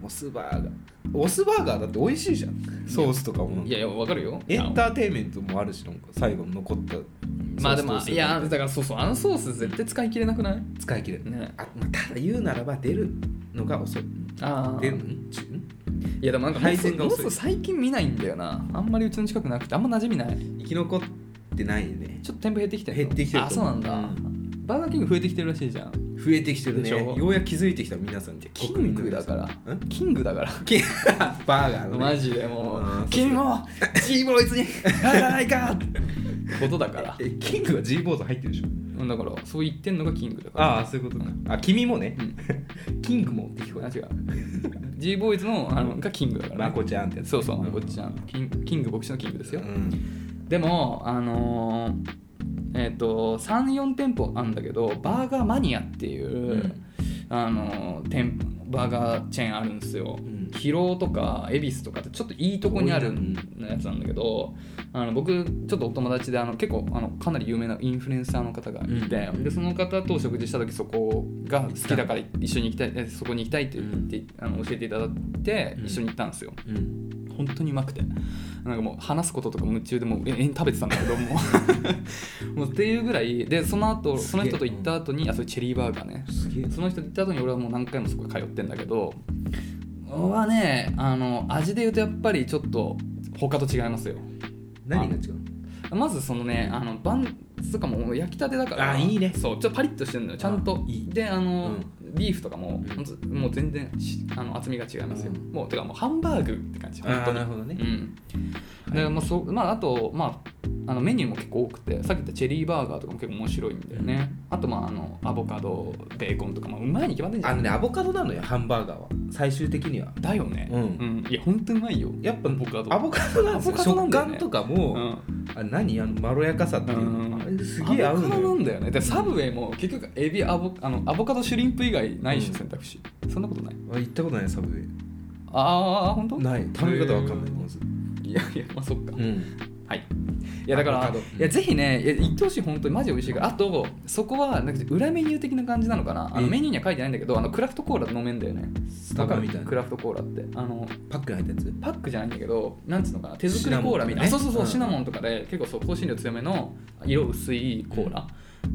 S1: モスバーガーモスバーガーだって美味しいじゃんソースとかもなんか
S2: いやいやわかるよ
S1: エンターテインメントもあるしなんか最後に残った
S2: まあでも
S1: ソース
S2: いやだからそうそうあのソース絶対使い切れなくない
S1: 使い切れる、
S2: ね
S1: あまあ、ただ言うならば出るのが遅い
S2: ああ
S1: 出るんちゅん
S2: いやでもなんかモ
S1: 配
S2: ス
S1: 線が
S2: モ
S1: 遅い
S2: ス最近見ないんだよなあんまりうちの近くなくてあんま馴染みない
S1: 生き残ってないね
S2: ちょっと店舗減ってきてる
S1: 減ってきてる
S2: あそうなんだ、
S1: う
S2: バーガーキング増えてきてるらしいじゃん
S1: 増えてきてるね
S2: でしょ
S1: ようやく気づいてきた皆さんって
S2: キングだから
S1: ん (laughs)
S2: キングだから
S1: キンバーガーの、ね、
S2: マジでも
S1: うんそう
S2: う君も G ボーイズに入らないか
S1: (laughs)
S2: ってことだから
S1: えキングは G ボード入ってるでしょ
S2: うんだからそう言ってんのがキングだから
S1: ああそういうことかあ君もね
S2: う、ん
S1: キングもって聞こ
S2: あ
S1: え
S2: 違う G ボーイズのあのがキングだか
S1: た
S2: ら、
S1: まこちゃんってやつ
S2: そうそうまこっちゃんキンキング牧師のキングです
S1: う
S2: よ、
S1: ん
S2: でもあのーえっ、と34店舗あるんだけどバーガーマニアっていう、
S1: うん
S2: あのー店バーガーチェーンあるんですよ、
S1: ん
S2: 広尾とか恵比寿とかってちょっといいとこにあるやつなんだけどあの僕ちょっとお友達であの結構あのかなり有名なインフルエンサーの方がいて、
S1: うん
S2: でその方と食事した時そこが好きだから一緒に行きたいえそこに行きたいって言って、あの教えていただいて
S1: うん
S2: 一緒に行ったんですよ、
S1: うん
S2: 本当にうまくてなんかもう話すこととか夢中でもう延々食べてたんだけども
S1: (laughs)
S2: うもうっていうぐらいでその後
S1: す
S2: そ
S1: げ
S2: の
S1: え
S2: 人と行った後にあそれチェリーバーガーね
S1: すげえ
S2: その人と行った後に俺はもう何回もそこに通ってんだけど俺はねあの味で言うとやっぱりちょっと他と違いますよ
S1: 何が違うの
S2: まずそのねあのバンズとかも焼きたてだから
S1: あいいね
S2: そうちょっとパリッとしてるのよちゃんと
S1: あいい
S2: であの、ビーフとかも、
S1: うん
S2: ほんともう全然しあの厚みが違いますよ、
S1: うん
S2: もうてかもうハンバーグって感じ本
S1: あ
S2: 当
S1: あ
S2: に
S1: なるほどね
S2: うん、でまあそうまあ、あと、まあ、あのメニューも結構多くてさっき言ったチェリーバーガーとかも結構面白いんだよね、あと、まあ、あのアボカドベーコンとか、まあ、うまいに決まってんじゃ
S1: あ
S2: ん
S1: のねアボカドなのよハンバーガーは最終的には
S2: だよね
S1: うん
S2: んいや本当うまいよ
S1: やっぱ
S2: アボカド
S1: アボカドなんですよ
S2: アボカドなんだよね
S1: 食感とかも、
S2: うん
S1: あ何あのまろやかさっていうの、
S2: うん
S1: あれすげえ合う
S2: アボ
S1: の
S2: カド
S1: よ
S2: なんだよねでサブウェイも結局エビアボあのアボカドシュリンプ以外ないでしょ、
S1: うん
S2: 選択肢そんなことない
S1: あ行ったことないサブウェイ
S2: ああ本当
S1: ない食べ方わかんない
S2: へー
S1: まず
S2: いやいやまあそっか、
S1: うん
S2: はい。いやだか
S1: ア
S2: ら、
S1: ボカド
S2: いやぜひね、いや行ってほしい、本当にマジ美味しいから、あと、そこはなんか裏メニュー的な感じなのかな、あ
S1: え
S2: のメニューには書いてないんだけど、あのクラフトコーラ飲めんだよね、
S1: スタバみたい
S2: わかる
S1: な
S2: クラフトコーラって、あの
S1: パックに入ったや
S2: パックじゃないんだけど、なんつうのかな、手作りコーラみたいな、
S1: シナモンとか
S2: そうそう
S1: ね
S2: そう、
S1: うん
S2: シナモンとかで、結構そう香辛料強めの色薄いコーラ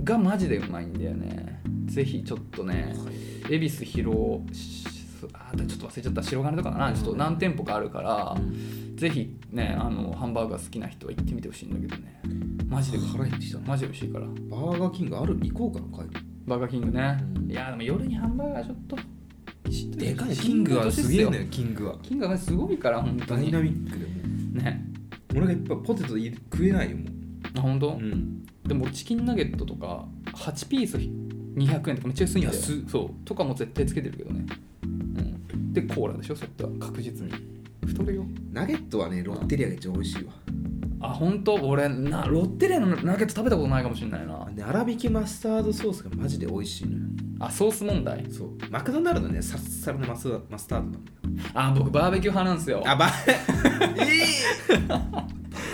S2: がマジでうまいんだよね、ぜひちょっとね、恵比寿広尾しあーちょっと忘れちゃった白金とかかなちょっと何店舗かあるから、ぜひねあのハンバーガー好きな人は行ってみてほしいんだけどねマジで
S1: 腹減ってきたな
S2: マジで美味しいから
S1: つバーガーキングある行こうかな帰り
S2: バーガーキングね、
S1: うん
S2: いやでも夜にハンバーガーちょっとしんどい
S1: でかいキングはすげえ
S2: しんどい年
S1: ね
S2: ですよ
S1: キングは
S2: キングはねすごいから本当
S1: ダイ
S2: に
S1: ナ
S2: ね
S1: ミックでもう俺がいっぱいポテト入れ食えないよも
S2: あ本当、
S1: ううん
S2: でもチキンナゲットとか8ピース200円とかめっちゃ安いんだよ
S1: 安っ
S2: そうとかも絶対つけてるけどね、うん、でコーラでしょそれって確実に太るよ
S1: ナゲットはねロッテリアが一番美味しいわ
S2: あ本当俺なロッテリアのナゲット食べたことないかもしれないな
S1: あね粗挽きマスタードソースがマジで美味しいのよ
S2: あソース問題
S1: そうマクドナルドねサッサラのマスマスタードなんだよ
S2: あ僕バーベキュー派なんですよ
S1: あ (laughs) ばえーバ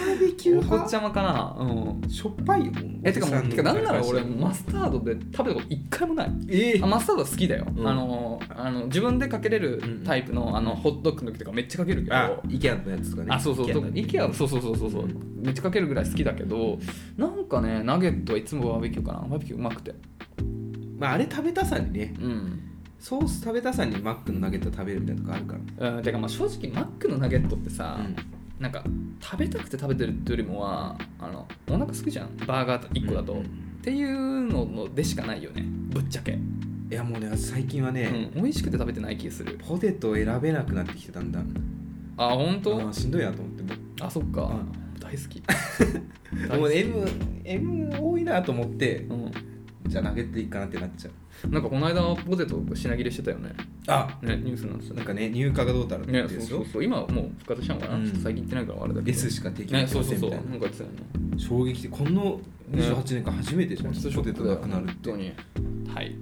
S1: ーベキュー
S2: お子
S1: 派
S2: ちゃまかなうん
S1: しょっぱいよもう
S2: えてかもうてかなんなら俺
S1: も
S2: マスタードで食べたこと一回もない
S1: え
S2: あマスタード好きだよ、
S1: うん
S2: あのあの自分でかけれるタイプの,、あのホットドッグの時とかめっちゃかけるけど
S1: あイケアのやつとかね
S2: あそうそう
S1: IKEA の
S2: イケアそうそうそうそうそうめっちゃかけるぐらい好きだけどなんかねナゲットはいつもバーベキューかなバーベキューうまくて
S1: まああれ食べたさにね
S2: うん、
S1: ソース食べたさにマックのナゲット食べるみたいなとこあるから
S2: うん、てかまあ正直マックのナゲットってさ、
S1: うん
S2: なんか食べたくて食べてるっていうよりもはあのお腹すくじゃんバーガー1個だと、
S1: うん
S2: っていうののでしかないよねぶっちゃけ、
S1: いやもうね最近はね、
S2: うん、美味しくて食べてない気がする
S1: ポテトを選べなくなってきてだんだん
S2: あ本当、
S1: あしんどいなと思っても
S2: あそっか、
S1: うん
S2: 大好き
S1: う
S2: 大
S1: (laughs)
S2: 好
S1: もう
S2: き
S1: M, M 多いなと思って
S2: う、
S1: じゃあナゲットいいかなってなっちゃうん
S2: なんかこの間ポテト品切れしてたよね
S1: あ
S2: ねニュースなんですよ
S1: なんかね入荷がどうたらって
S2: ね
S1: で
S2: そう
S1: し
S2: そ
S1: ょ
S2: うそう今はもう復活したのかな、
S1: うん
S2: ちょっと最近行ってないからあれだけど
S1: S しか提供
S2: ね
S1: でき
S2: そ
S1: ま
S2: うそ
S1: せ
S2: うんそう
S1: みた
S2: ない
S1: な
S2: か
S1: ん
S2: 言ってたよね
S1: 衝撃的この28年間初めてじゃん、ポテトなくなるって
S2: 本当にはい
S1: はい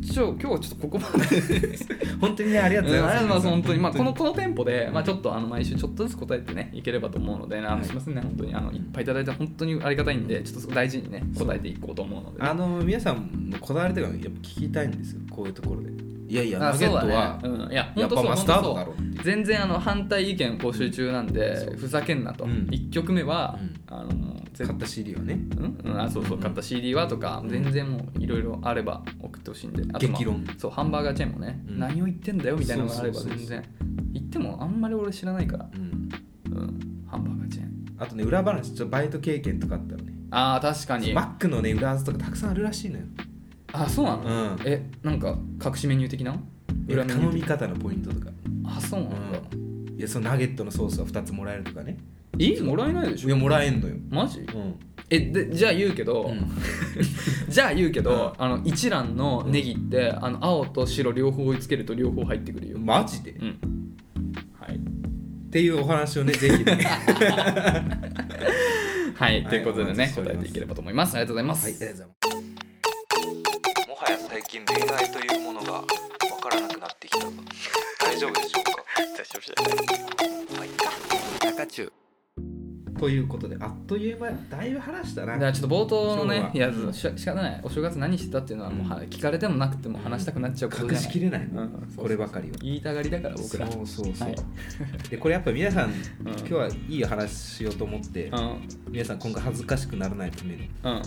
S2: 一応今日はちょっとここまで
S1: 本当にねありがとうございます、
S2: あ
S1: (laughs)
S2: りがとうございます本当に、まあ、この
S1: 本
S2: この店舗で、まあ、ちょっとあの毎週ちょっとずつ答えてねいければと思うので、ね、あ
S1: は
S2: の
S1: い
S2: すいませんね本当にあのいっぱいいただいて本当にありがたいんでちょっと大事にね答えていこうと思うので、
S1: あの皆さんのこだわりとかやっぱ聞きたいんですよこういうところでいやいや
S2: あ
S1: ナゲットは、
S2: そうだねうん、いや
S1: や
S2: 本
S1: っ
S2: 当
S1: ぱ
S2: そう
S1: マ
S2: 本
S1: ス
S2: 当
S1: タ
S2: そ
S1: ード
S2: う
S1: だろうっていう
S2: 全然あの反対意見募集中なんで、
S1: うん
S2: ふざけんなと、
S1: うん
S2: 一1曲目は、
S1: うん
S2: あのもう全
S1: 買った CD はね
S2: うんうん、あそうそう
S1: うん
S2: 買った CD はとか、
S1: うん
S2: 全然もういろいろあれば送ってほしいんであと、まあ
S1: 激論
S2: そうハンバーガーチェーンもね、
S1: うん
S2: 何を言ってんだよみたいなのがあれば
S1: そうそうそう
S2: 全
S1: そう
S2: 然言ってもあんまり俺知らないから、
S1: うん
S2: うん、ハンバーガーチェーン
S1: あとね裏話ちょっとバイト経験とかあったらね
S2: あー確かに
S1: マックのね裏技とかたくさんあるらしいのよ
S2: あそうなの、
S1: うん
S2: えなんか隠しメニュー的な裏メニュ
S1: 頼
S2: ー
S1: み
S2: 的
S1: 方のポイントとか
S2: あそうなんだ、
S1: いやそのナゲットのソースは2つもらえるとかね
S2: えもらえないでし
S1: いや
S2: ょ
S1: もらえんのよ
S2: マジ
S1: うん
S2: えでじゃあ言うけど、 (laughs) じゃあ言うけど、あの一蘭のネギって、あの青と白両方追いつけると両方入ってくるよ、
S1: マジで、
S2: う
S1: っ
S2: んはい
S1: ていうお話をねぜひねはい
S2: はい、
S1: はい
S2: ということで
S1: お待
S2: ね
S1: ちしてお
S2: 答
S1: りま
S2: え
S1: す
S2: ていければと思いますありがとうございま
S1: ありが
S2: す、
S1: とうございます
S3: もはや最近恋愛というものがわからなくなってきたが大丈夫でしょうか大丈夫じゃない中中
S1: ということであっという間だいぶ話した
S2: だか
S1: な
S2: らちょっと冒頭のね
S1: 今、
S2: い
S1: 日は
S2: や、し仕方ない、お正月何してたっていうのは、もうは聞かれてもなくても話したくなっちゃうことじ
S1: 隠
S2: ゃ
S1: し
S2: な
S1: き
S2: い。
S1: れないの、
S2: うんそうそう
S1: こればかりは
S2: 言いたがりだから、僕ら。
S1: そうそうそう、
S2: はい
S1: でこれやっぱ皆さん、今日はいい話しようと思って、
S2: うん、
S1: 皆さん今後恥ずかしくならないために
S2: うん、
S1: やっ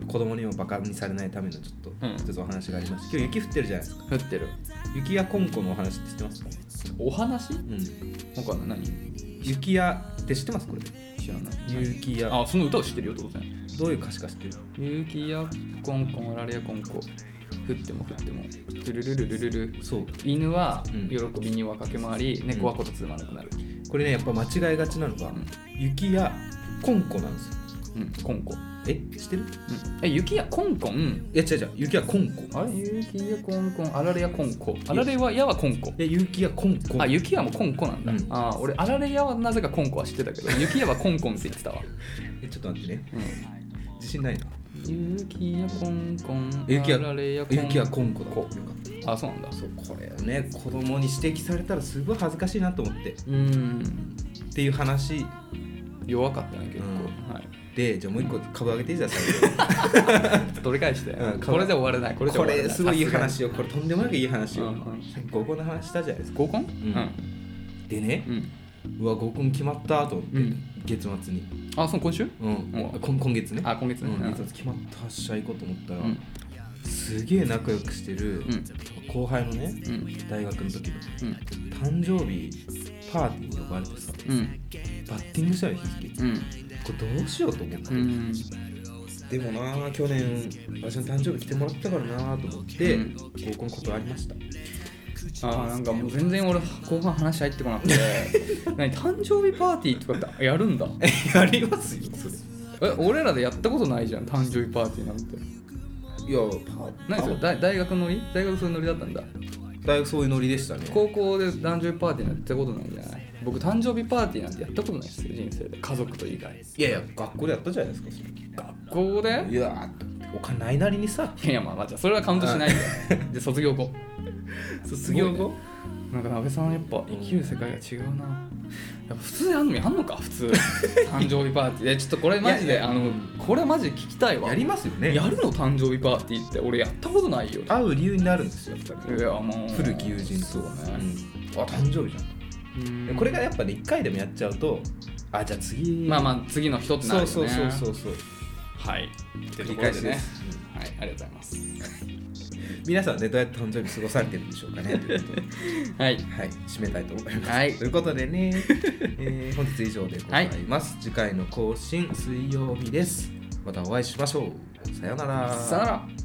S1: ぱ子供にもバカにされないためのちょっと、
S2: うん
S1: 一つお話がありまして今日雪降ってるじゃないですか
S2: 降ってる。
S1: 雪やこんこのお話って知ってますか、
S2: お話
S1: うん、
S2: 他の何
S1: 雪やって知ってますこれ
S2: 知らない。
S1: 雪や
S2: あ、その歌を知ってるよ、当然。
S1: どういう歌詞か知ってる
S2: 雪やコンコン、あられやコンコ。降っても降っても。ルルルルルルル。
S1: そう
S2: 犬は
S1: うん
S2: 喜びには駆け回り、猫はこたつまなくなる。
S1: これねやっぱ間違いがちなのが、
S2: ん
S1: 雪やこんこなんですよ
S2: うん、コンコ。うん
S1: え知ってる
S2: え、雪やコンコン。
S1: いや違う違う雪やこんこ
S2: あれ雪やコンコン、あられやコンコ。あられはやはコンコ。
S1: で雪やこんこ
S2: あ、雪屋もコンコなんだ。
S1: うん
S2: あー俺、あられ屋はなぜかコンコは知ってたけど、雪屋はコンコンって言ってたわ。
S1: えちょっと待ってね自信ないな
S2: うん、雪屋コンコン、
S1: 雪屋
S2: あられ屋コンコン。
S1: 雪やこんこだ
S2: こ
S1: よかった
S2: あ、そうなんだ。
S1: そうこれね子供に指摘されたらすごい恥ずかしいなと思って
S2: うーん、
S1: っていう話
S2: 弱かったね、結構。
S1: う
S2: はい、
S1: でじゃあもう一個株上げていいじゃん最後
S2: 取り返して、
S1: うん
S2: これで終われない、 (laughs) これで終わ
S1: こ
S2: れない。
S1: れすごいいい
S2: さ
S1: 話よこれとんでもなくいい話
S2: すが
S1: よ
S2: に。うんうん
S1: さっき合コンの話したじゃないですか
S2: 合コン
S1: でね
S2: うん。うん。
S1: うわ合コン決まったと思って
S2: うん
S1: 月末に
S2: あ、そう、今週
S1: うん
S2: うん
S1: こん今月ね
S2: あ、今月
S1: う
S2: ね。
S1: ん
S2: うん
S1: 月末決まった発射行こうと思ったら
S2: うん
S1: すげえ仲良くしてる
S2: うん
S1: 後輩のね
S2: うん
S1: 大学の時の
S2: うん
S1: 誕生日パーティーに呼ばれてさ
S2: うん
S1: バッティングしたよ日付
S2: うん
S1: これどうしようと思って、
S2: うん
S1: でもなあ去年私の誕生日来てもらったからなあと思って、
S2: うん
S1: 合コンことありました
S2: あーなんかもう全然俺後半話入ってこな
S1: (laughs)
S2: くて何誕生日パーティーとかって (laughs) やるんだ
S1: やりますよそれ
S2: え俺らでやったことないじゃん誕生日パーティーなんて
S1: いやパー
S2: 何それ大大学ノリ大学そういうノリだったんだ
S1: 大学そういうノリでしたね
S2: 高校で誕生日パーティーなんてやったことないじゃない僕誕生日パーティーなんてやったことないですよ人生で家族と以外
S1: いやいや学校でやったじゃないですかそ
S2: 学校で
S1: れいやーと思ってお金ないなりにさ
S2: いやまあまあじゃあそれはカウントしないでで卒業後
S1: 卒業後、
S2: なんか鍋さんやっぱ生きる世界が違うな、やっぱ普通であんのやんのか普
S1: (laughs)
S2: 通誕生日パーティーでちょっとこれマジで
S1: いやいや
S2: あのこれマジで聞きたいわ
S1: やりますよね
S2: やるの誕生日パーティーって俺やったことないよ
S1: 会う理由になるんですよやっぱり
S2: いやもう
S1: 古き友人
S2: そうだね、
S1: うんあ誕生日じゃん、
S2: うん
S1: これがやっぱね1回でもやっちゃうとあじゃあ次
S2: まあまあ次の人ってなる
S1: そ
S2: よ
S1: う
S2: ね
S1: そうそうそうそう
S2: はい
S1: 繰り返
S2: というこ
S1: しです
S2: とでねはいありがとうございます
S1: 皆さんはねどうやって誕生日過ごされてるんでしょう
S2: (laughs)
S1: かねということで
S2: はい
S1: (laughs) はい締めたいと思います、
S2: はい
S1: ということでね、えー本日以上でございます、次回の更新水曜日ですまたお会いしましょうさようなら
S2: さよなら